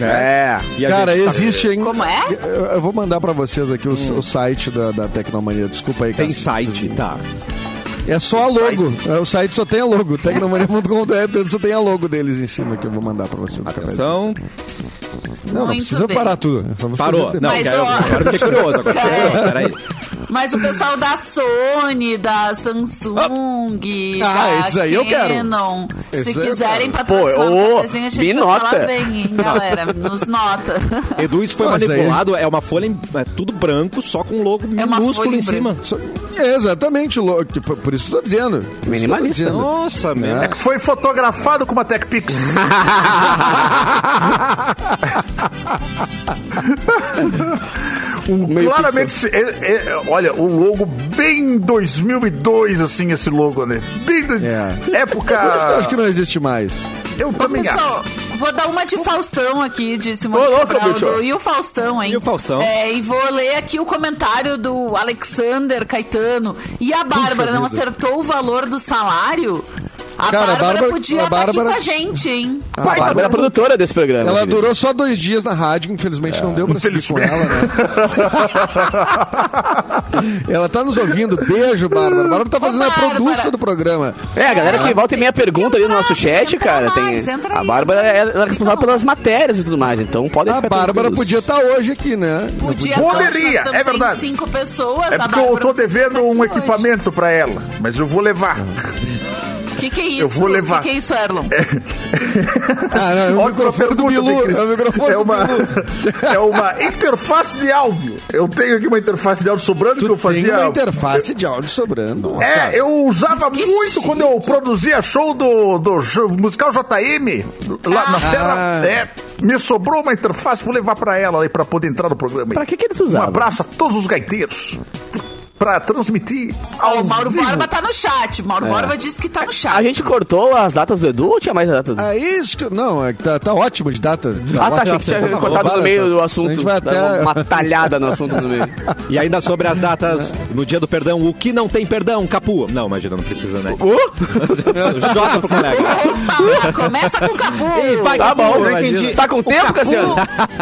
Speaker 6: É.
Speaker 3: e a
Speaker 7: Cara,
Speaker 3: gente tá-
Speaker 7: existe, hein?
Speaker 4: Como é?
Speaker 7: Eu, eu vou mandar pra vocês aqui o, o site da, da Tecnomania. Desculpa aí,
Speaker 3: Tem
Speaker 7: Cássio.
Speaker 3: site, tá.
Speaker 7: É só a logo. É, O site só tem a logo. Tecnomania.com.br só é, tem a logo deles em cima que eu vou mandar pra vocês.
Speaker 3: Então,
Speaker 7: Não, não
Speaker 4: Muito
Speaker 7: precisa
Speaker 4: bem.
Speaker 7: parar tudo. Só vocês
Speaker 3: parou.
Speaker 7: entenderem.
Speaker 3: Não,
Speaker 4: Mas,
Speaker 3: quero,
Speaker 4: ó-
Speaker 3: quero ficar curioso agora. Peraí.
Speaker 4: Mas o pessoal da Sony, da Samsung,
Speaker 7: Ah,
Speaker 4: da
Speaker 7: isso aí eu quero.
Speaker 4: Canon,
Speaker 7: Isso
Speaker 4: se
Speaker 7: aí eu
Speaker 4: quiserem
Speaker 7: quero.
Speaker 4: patrocinar
Speaker 6: Pô,
Speaker 4: um
Speaker 6: ô,
Speaker 4: cafezinho, a gente
Speaker 6: me
Speaker 4: vai
Speaker 6: nota.
Speaker 4: falar bem, hein, galera? Nos nota.
Speaker 3: Edu, isso foi
Speaker 7: Mas aí-
Speaker 3: manipulado. É uma folha em- é tudo branco, só com um logo
Speaker 4: É uma
Speaker 3: minúsculo
Speaker 4: folha
Speaker 3: em
Speaker 4: em
Speaker 3: cima.
Speaker 7: Só- é, exatamente. lo- que- Por por isso que eu tô dizendo. Por isso que eu tô
Speaker 6: Minimalista, né?
Speaker 7: dizendo.
Speaker 3: Nossa, meu.
Speaker 8: É que foi fotografado com uma TechPix. Um
Speaker 6: Meio
Speaker 8: claramente, é- é- olha, o logo bem 2002, assim, esse logo, né? Bem do-
Speaker 7: É.
Speaker 8: época.
Speaker 7: Por isso que eu acho que não existe mais.
Speaker 8: Eu também acho.
Speaker 4: Pessoal, vou dar uma de Faustão aqui, de Simone
Speaker 6: Ô, louco,
Speaker 4: Cabral,
Speaker 6: bicho.
Speaker 4: do- E o Faustão, hein?
Speaker 3: E o Faustão.
Speaker 4: É, e vou ler aqui o comentário do Alexander Caetano. E a Bárbara não acertou o valor do salário? A
Speaker 7: Cara, a
Speaker 4: Bárbara,
Speaker 7: Bárbara-
Speaker 4: podia
Speaker 7: a
Speaker 4: estar aqui
Speaker 7: Bárbara-
Speaker 4: com a gente, hein?
Speaker 7: A
Speaker 6: A Bárbara é a produtora desse programa.
Speaker 7: Ela
Speaker 6: querido.
Speaker 7: durou só dois dias na rádio, infelizmente não deu pra seguir com ela, né? ela tá nos ouvindo. Beijo, Bárbara. Bárbara tá fazendo a
Speaker 4: Bárbara.
Speaker 7: produção do programa.
Speaker 6: É, a galera que volta e meia pergunta ali no nosso chat,
Speaker 4: entra
Speaker 6: cara. Tem...
Speaker 4: mais, entra
Speaker 6: A
Speaker 4: aí.
Speaker 6: Bárbara é ela é responsável pelas matérias e tudo mais, então podem
Speaker 7: Então. A
Speaker 6: ficar
Speaker 7: Bárbara
Speaker 6: tranquilos.
Speaker 7: podia estar hoje aqui, né?
Speaker 4: Podia tá
Speaker 8: Poderia,
Speaker 4: nós estamos
Speaker 8: é
Speaker 4: em
Speaker 8: verdade.
Speaker 4: cinco pessoas.
Speaker 8: É
Speaker 4: a
Speaker 8: porque eu
Speaker 4: Bárbara
Speaker 8: tô
Speaker 4: podia
Speaker 8: devendo
Speaker 4: estar aqui
Speaker 8: um
Speaker 4: hoje.
Speaker 8: equipamento pra ela, mas eu vou levar.
Speaker 4: O que, que é isso?
Speaker 8: Eu vou levar.
Speaker 4: O que, que é isso, Erlon?
Speaker 7: Ah, não, é o
Speaker 8: Ótima
Speaker 7: microfone do
Speaker 8: pergunta,
Speaker 7: Bilu.
Speaker 8: né, Cris?
Speaker 7: É o microfone
Speaker 8: É uma,
Speaker 7: do Bilu.
Speaker 8: é uma interface de áudio. Eu tenho aqui uma interface de áudio sobrando que eu
Speaker 7: Tu tem
Speaker 8: fazia.
Speaker 7: uma interface de áudio sobrando.
Speaker 8: É, eu usava
Speaker 4: Mas que
Speaker 8: muito
Speaker 4: chique.
Speaker 8: quando eu produzia show do, do jo- musical JM, lá
Speaker 6: Ah.
Speaker 8: na Serra. É, me sobrou uma interface, vou levar pra ela aí pra poder entrar no programa. aí.
Speaker 6: Pra que que eles
Speaker 8: Um
Speaker 6: usavam?
Speaker 8: abraço a todos os gaiteiros. Pra transmitir ao
Speaker 4: O Mauro
Speaker 8: vivo.
Speaker 4: Borba tá no chat. Mauro Borba disse que tá no chat.
Speaker 6: A gente cortou as datas do Edu ou tinha mais datas?
Speaker 7: É isso que. Não, é que tá, tá ótimo de data.
Speaker 6: Ah, tá, achei
Speaker 7: ótimo.
Speaker 6: que tinha
Speaker 7: Tá
Speaker 6: cortado
Speaker 7: roubada,
Speaker 6: no meio
Speaker 7: tá.
Speaker 6: do
Speaker 7: A
Speaker 6: assunto.
Speaker 7: gente vai
Speaker 6: Dava
Speaker 7: até.
Speaker 6: Uma talhada no assunto no meio.
Speaker 3: E ainda sobre as datas no dia do perdão, o que não tem perdão, Capu? Não, imagina, não precisa, né? Joga pro colega.
Speaker 4: Opa, começa com o Capu.
Speaker 6: Tá bom,
Speaker 5: eu
Speaker 6: imagina.
Speaker 5: entendi.
Speaker 6: Tá com tempo, Cassiano?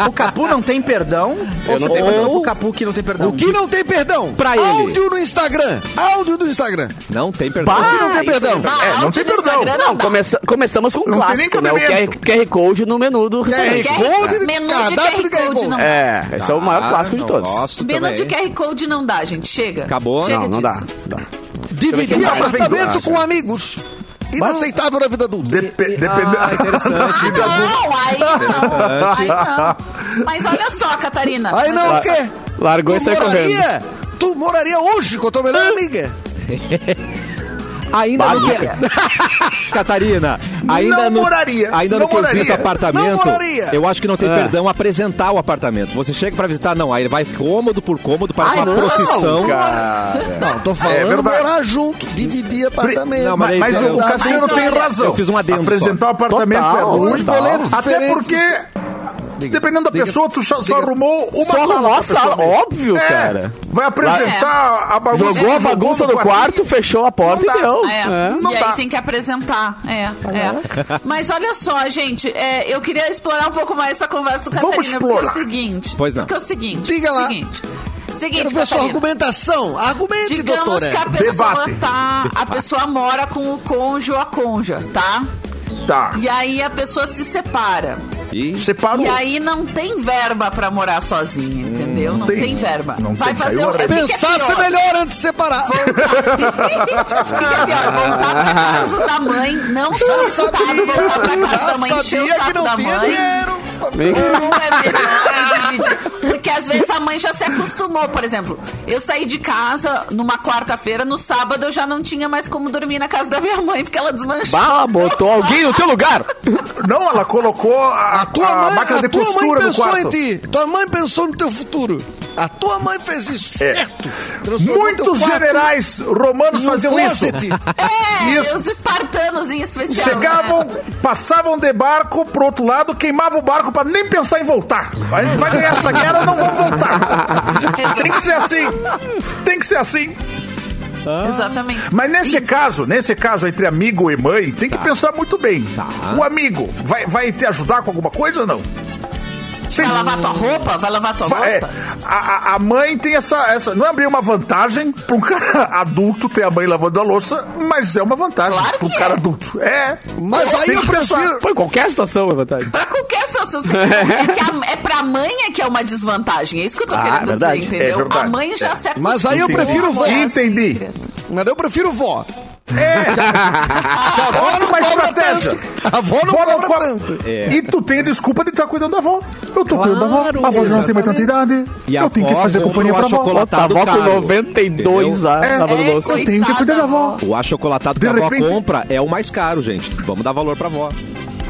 Speaker 5: O Capu não tem perdão?
Speaker 6: Eu não tenho perdão.
Speaker 5: Ou o Capu que não tem perdão?
Speaker 7: O que não tem perdão?
Speaker 3: Pra ele.
Speaker 7: Áudio no Instagram. Áudio do Instagram.
Speaker 3: Não tem perdão.
Speaker 7: O que não tem perdão?
Speaker 4: Ah,
Speaker 8: É, não
Speaker 4: áudio
Speaker 8: tem
Speaker 4: no
Speaker 8: perdão.
Speaker 4: Instagram
Speaker 6: Não, começa- começamos com um
Speaker 8: Não tem nem
Speaker 6: clássico, né? O QR,
Speaker 8: cabimento.
Speaker 6: QR Code no menu do
Speaker 7: QR
Speaker 6: restaurante.
Speaker 7: Code,
Speaker 4: Menu de
Speaker 7: cardápio
Speaker 4: QR
Speaker 7: do QR
Speaker 4: Code, não.
Speaker 7: Code.
Speaker 6: É, esse é o maior clássico de
Speaker 3: não
Speaker 6: todos.
Speaker 3: gosto
Speaker 4: Menu
Speaker 3: Ah, também.
Speaker 4: de QR Code não dá, gente. Chega.
Speaker 3: Acabou?
Speaker 4: Chega
Speaker 6: Não, não dá.
Speaker 4: disso.
Speaker 6: dá.
Speaker 7: Dividir
Speaker 8: Será que é
Speaker 7: apartamento
Speaker 8: mais?
Speaker 7: com amigos. Inaceitável na vida adulta.
Speaker 8: Depe- depende- Tá
Speaker 4: Ah, não, aí não. Aí não. Mas olha só, Catarina.
Speaker 7: Aí não, o quê?
Speaker 6: Largou e
Speaker 7: tu
Speaker 6: saiu correndo.
Speaker 7: moraria, tu moraria hoje com a tua melhor amiga.
Speaker 3: Ainda no que... Catarina, ainda
Speaker 8: Não
Speaker 3: no,
Speaker 8: moraria.
Speaker 3: ainda
Speaker 8: Não
Speaker 3: no quesito
Speaker 8: moraria.
Speaker 7: Não
Speaker 3: apartamento,
Speaker 7: moraria.
Speaker 3: eu acho que não tem
Speaker 6: É.
Speaker 3: perdão apresentar o apartamento. Você chega pra visitar, não, aí vai cômodo por cômodo, parece
Speaker 6: Ai,
Speaker 3: uma
Speaker 6: não,
Speaker 3: procissão.
Speaker 6: cara.
Speaker 7: Não, tô falando
Speaker 8: verdade.
Speaker 7: morar junto, dividir apartamento.
Speaker 3: Não,
Speaker 8: Mas,
Speaker 3: aí
Speaker 8: mas
Speaker 3: tem-
Speaker 8: o, o Cassiano tem razão.
Speaker 3: Eu fiz um adendo
Speaker 8: Apresentar o apartamento
Speaker 6: Total,
Speaker 8: é
Speaker 7: Dois
Speaker 8: ruim.
Speaker 6: total.
Speaker 7: boletos
Speaker 8: Até
Speaker 7: diferentes.
Speaker 8: porque,
Speaker 7: Diga,
Speaker 8: dependendo da
Speaker 7: diga.
Speaker 8: pessoa, tu só, só
Speaker 7: Diga.
Speaker 8: arrumou uma
Speaker 6: Só
Speaker 8: sala.
Speaker 6: arrumou
Speaker 8: pra
Speaker 6: a sala,
Speaker 8: pessoa.
Speaker 6: óbvio,
Speaker 8: É,
Speaker 6: cara.
Speaker 8: Vai apresentar a bagunça.
Speaker 6: Jogou a bagunça
Speaker 8: do
Speaker 6: no quarto, fechou a porta e
Speaker 8: Não dá.
Speaker 6: deu.
Speaker 4: É,
Speaker 6: É.
Speaker 8: Não
Speaker 4: e
Speaker 8: dá.
Speaker 4: aí tem que apresentar. É, é. Mas olha só, gente, é, eu queria explorar um pouco mais essa conversa com a
Speaker 8: Vamos
Speaker 4: Catarina, porque é o
Speaker 8: explorar.
Speaker 4: seguinte.
Speaker 3: Pois não.
Speaker 4: Porque é o seguinte.
Speaker 7: Diga lá.
Speaker 4: Seguinte.
Speaker 7: Quero
Speaker 4: Seguinte,
Speaker 7: ver sua
Speaker 4: Catarina.
Speaker 7: argumentação. Argumente,
Speaker 4: Digamos
Speaker 7: doutora.
Speaker 4: que a pessoa
Speaker 8: Debate.
Speaker 4: tá. A pessoa mora com o cônjuge ou a conja, tá?
Speaker 8: Tá.
Speaker 4: E aí a pessoa se separa.
Speaker 8: Separou.
Speaker 4: E aí não tem verba pra morar sozinha, entendeu? Não
Speaker 8: Hum, tem.
Speaker 4: tem, verba.
Speaker 8: Não
Speaker 4: Vai
Speaker 8: tem.
Speaker 4: fazer
Speaker 8: Caiu
Speaker 4: o
Speaker 8: a
Speaker 4: que que é
Speaker 7: Pensasse
Speaker 4: pior? um
Speaker 7: melhor antes de separar.
Speaker 4: é Voltar pra casa da mãe, não solicitado voltar pra casa da mãe,
Speaker 7: Já
Speaker 4: encher o
Speaker 7: sabia que
Speaker 4: saco
Speaker 7: não
Speaker 4: da
Speaker 7: tinha
Speaker 4: mãe.
Speaker 7: dinheiro.
Speaker 4: Ou é melhor dividir. Porque às vezes a mãe já se acostumou. Por exemplo, eu saí de casa numa quarta-feira, no sábado eu já não tinha mais como dormir na casa da minha mãe, porque ela desmanchou.
Speaker 6: Bah, botou alguém no teu lugar.
Speaker 8: Não, ela colocou a,
Speaker 7: A tua
Speaker 8: a
Speaker 7: mãe,
Speaker 8: máquina
Speaker 7: a
Speaker 8: de
Speaker 7: tua mãe
Speaker 8: costura no
Speaker 7: pensou
Speaker 8: quarto.
Speaker 7: em ti. Tua mãe pensou no teu futuro. A tua mãe fez isso
Speaker 8: É.
Speaker 7: certo. Transformou teu
Speaker 8: Muitos
Speaker 7: quarto
Speaker 8: generais romanos
Speaker 7: em um
Speaker 8: faziam isso.
Speaker 7: closet.
Speaker 4: É,
Speaker 8: Isso.
Speaker 4: os espartanos em especial.
Speaker 8: Chegavam,
Speaker 4: né?
Speaker 8: passavam de barco pro outro lado, queimavam o barco pra nem pensar em voltar. A gente vai ganhar essa guerra ou não vamos voltar? Tem que ser assim. Tem que ser assim.
Speaker 7: um-
Speaker 4: Exatamente.
Speaker 8: Mas nesse caso, nesse caso entre amigo e mãe, tem
Speaker 7: Tá.
Speaker 8: que pensar muito bem. O amigo vai, vai te ajudar com alguma coisa ou não? Sim.
Speaker 4: Vai lavar tua roupa? Vai lavar tua
Speaker 8: Fa- é,
Speaker 4: louça?
Speaker 8: a, a- a mãe tem essa, essa. Não é bem uma vantagem pra um cara adulto ter a mãe lavando a louça, mas é uma vantagem
Speaker 4: Claro
Speaker 8: pra um
Speaker 4: que
Speaker 8: cara
Speaker 4: é.
Speaker 8: adulto. É.
Speaker 7: Mas aí
Speaker 8: Tem
Speaker 7: eu
Speaker 8: que pensar.
Speaker 7: prefiro...
Speaker 6: Foi qualquer situação, é vantagem.
Speaker 4: Pra qualquer situação. você- É, que a, é pra mãe é que é uma desvantagem. É isso que eu tô
Speaker 6: Ah,
Speaker 4: querendo
Speaker 6: verdade.
Speaker 4: dizer, entendeu?
Speaker 8: É verdade.
Speaker 4: a mãe já
Speaker 8: É.
Speaker 4: se acostuma.
Speaker 7: Mas aí eu
Speaker 8: Entendi.
Speaker 7: prefiro vó.
Speaker 8: Entendi. É.
Speaker 7: Mas eu prefiro vó.
Speaker 8: Ótima estratégia.
Speaker 7: A vó não
Speaker 8: Vó não
Speaker 7: cobra
Speaker 8: co-
Speaker 7: tanto.
Speaker 3: É.
Speaker 8: E tu tem a desculpa de estar cuidando da avó. Eu tô cuidando da avó. A avó já não tem mais tanta idade.
Speaker 3: E a
Speaker 8: eu tenho que
Speaker 3: avó
Speaker 8: fazer
Speaker 3: comprou
Speaker 8: companhia
Speaker 3: um
Speaker 8: pra avó. Tá
Speaker 3: achocolatado
Speaker 6: Bota a avó com
Speaker 3: caro,
Speaker 6: 92
Speaker 3: entendeu?
Speaker 6: lá,
Speaker 8: É.
Speaker 6: lavando
Speaker 4: É,
Speaker 6: louça.
Speaker 8: Eu tenho que cuidar da avó.
Speaker 3: O achocolatado que
Speaker 8: De
Speaker 3: a avó
Speaker 8: repente-
Speaker 3: compra é o mais caro, gente. Vamos dar valor pra avó.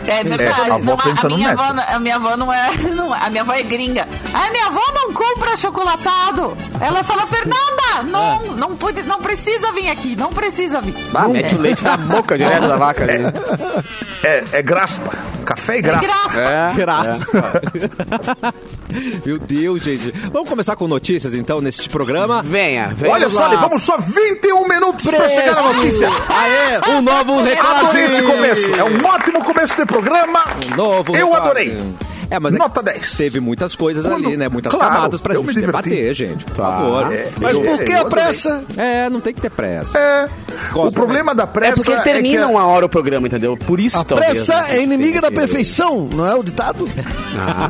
Speaker 4: É verdade.
Speaker 8: a avó
Speaker 4: Não,
Speaker 8: pensa no
Speaker 4: minha
Speaker 8: neto.
Speaker 4: avó, a minha avó não é, não- A minha avó é gringa. A minha avó não compra chocolatado. Ela fala, Fernanda, não, não, pode, não precisa vir aqui, não precisa vir.
Speaker 6: Ah, mete o leite na boca direto da vaca. né?
Speaker 8: É, é graspa.
Speaker 4: É
Speaker 8: Café e graspa.
Speaker 4: Graça.
Speaker 6: É.
Speaker 3: Graça. Meu Deus, gente. Vamos começar com notícias, então, neste programa.
Speaker 6: É. Venha, venha.
Speaker 8: Olha só,
Speaker 3: lá.
Speaker 8: levamos só 21 minutos pra chegar na notícia.
Speaker 3: Aê, um novo
Speaker 6: É,
Speaker 3: recado.
Speaker 8: Adorei esse começo. É um ótimo começo de programa.
Speaker 3: Um novo
Speaker 8: Eu
Speaker 3: recado.
Speaker 8: adorei.
Speaker 3: É, mas é
Speaker 8: Nota
Speaker 3: que
Speaker 8: 10.
Speaker 3: Teve muitas coisas
Speaker 8: Quando-
Speaker 3: ali, né? Muitas
Speaker 8: Claro,
Speaker 3: camadas pra
Speaker 8: eu
Speaker 3: gente
Speaker 8: me diverti.
Speaker 3: debater, gente. Por favor.
Speaker 8: É,
Speaker 7: Mas
Speaker 8: eu-
Speaker 7: por que
Speaker 8: eu
Speaker 7: a
Speaker 8: adorei.
Speaker 7: pressa?
Speaker 3: É, não tem que ter pressa.
Speaker 8: É.
Speaker 3: Gosto né?
Speaker 8: o problema da
Speaker 6: É
Speaker 8: pressa
Speaker 6: porque termina
Speaker 8: que-
Speaker 6: uma hora o programa, entendeu? Por isso talvez.
Speaker 7: Pressa
Speaker 6: né?
Speaker 7: é inimiga da perfeição, não é o ditado?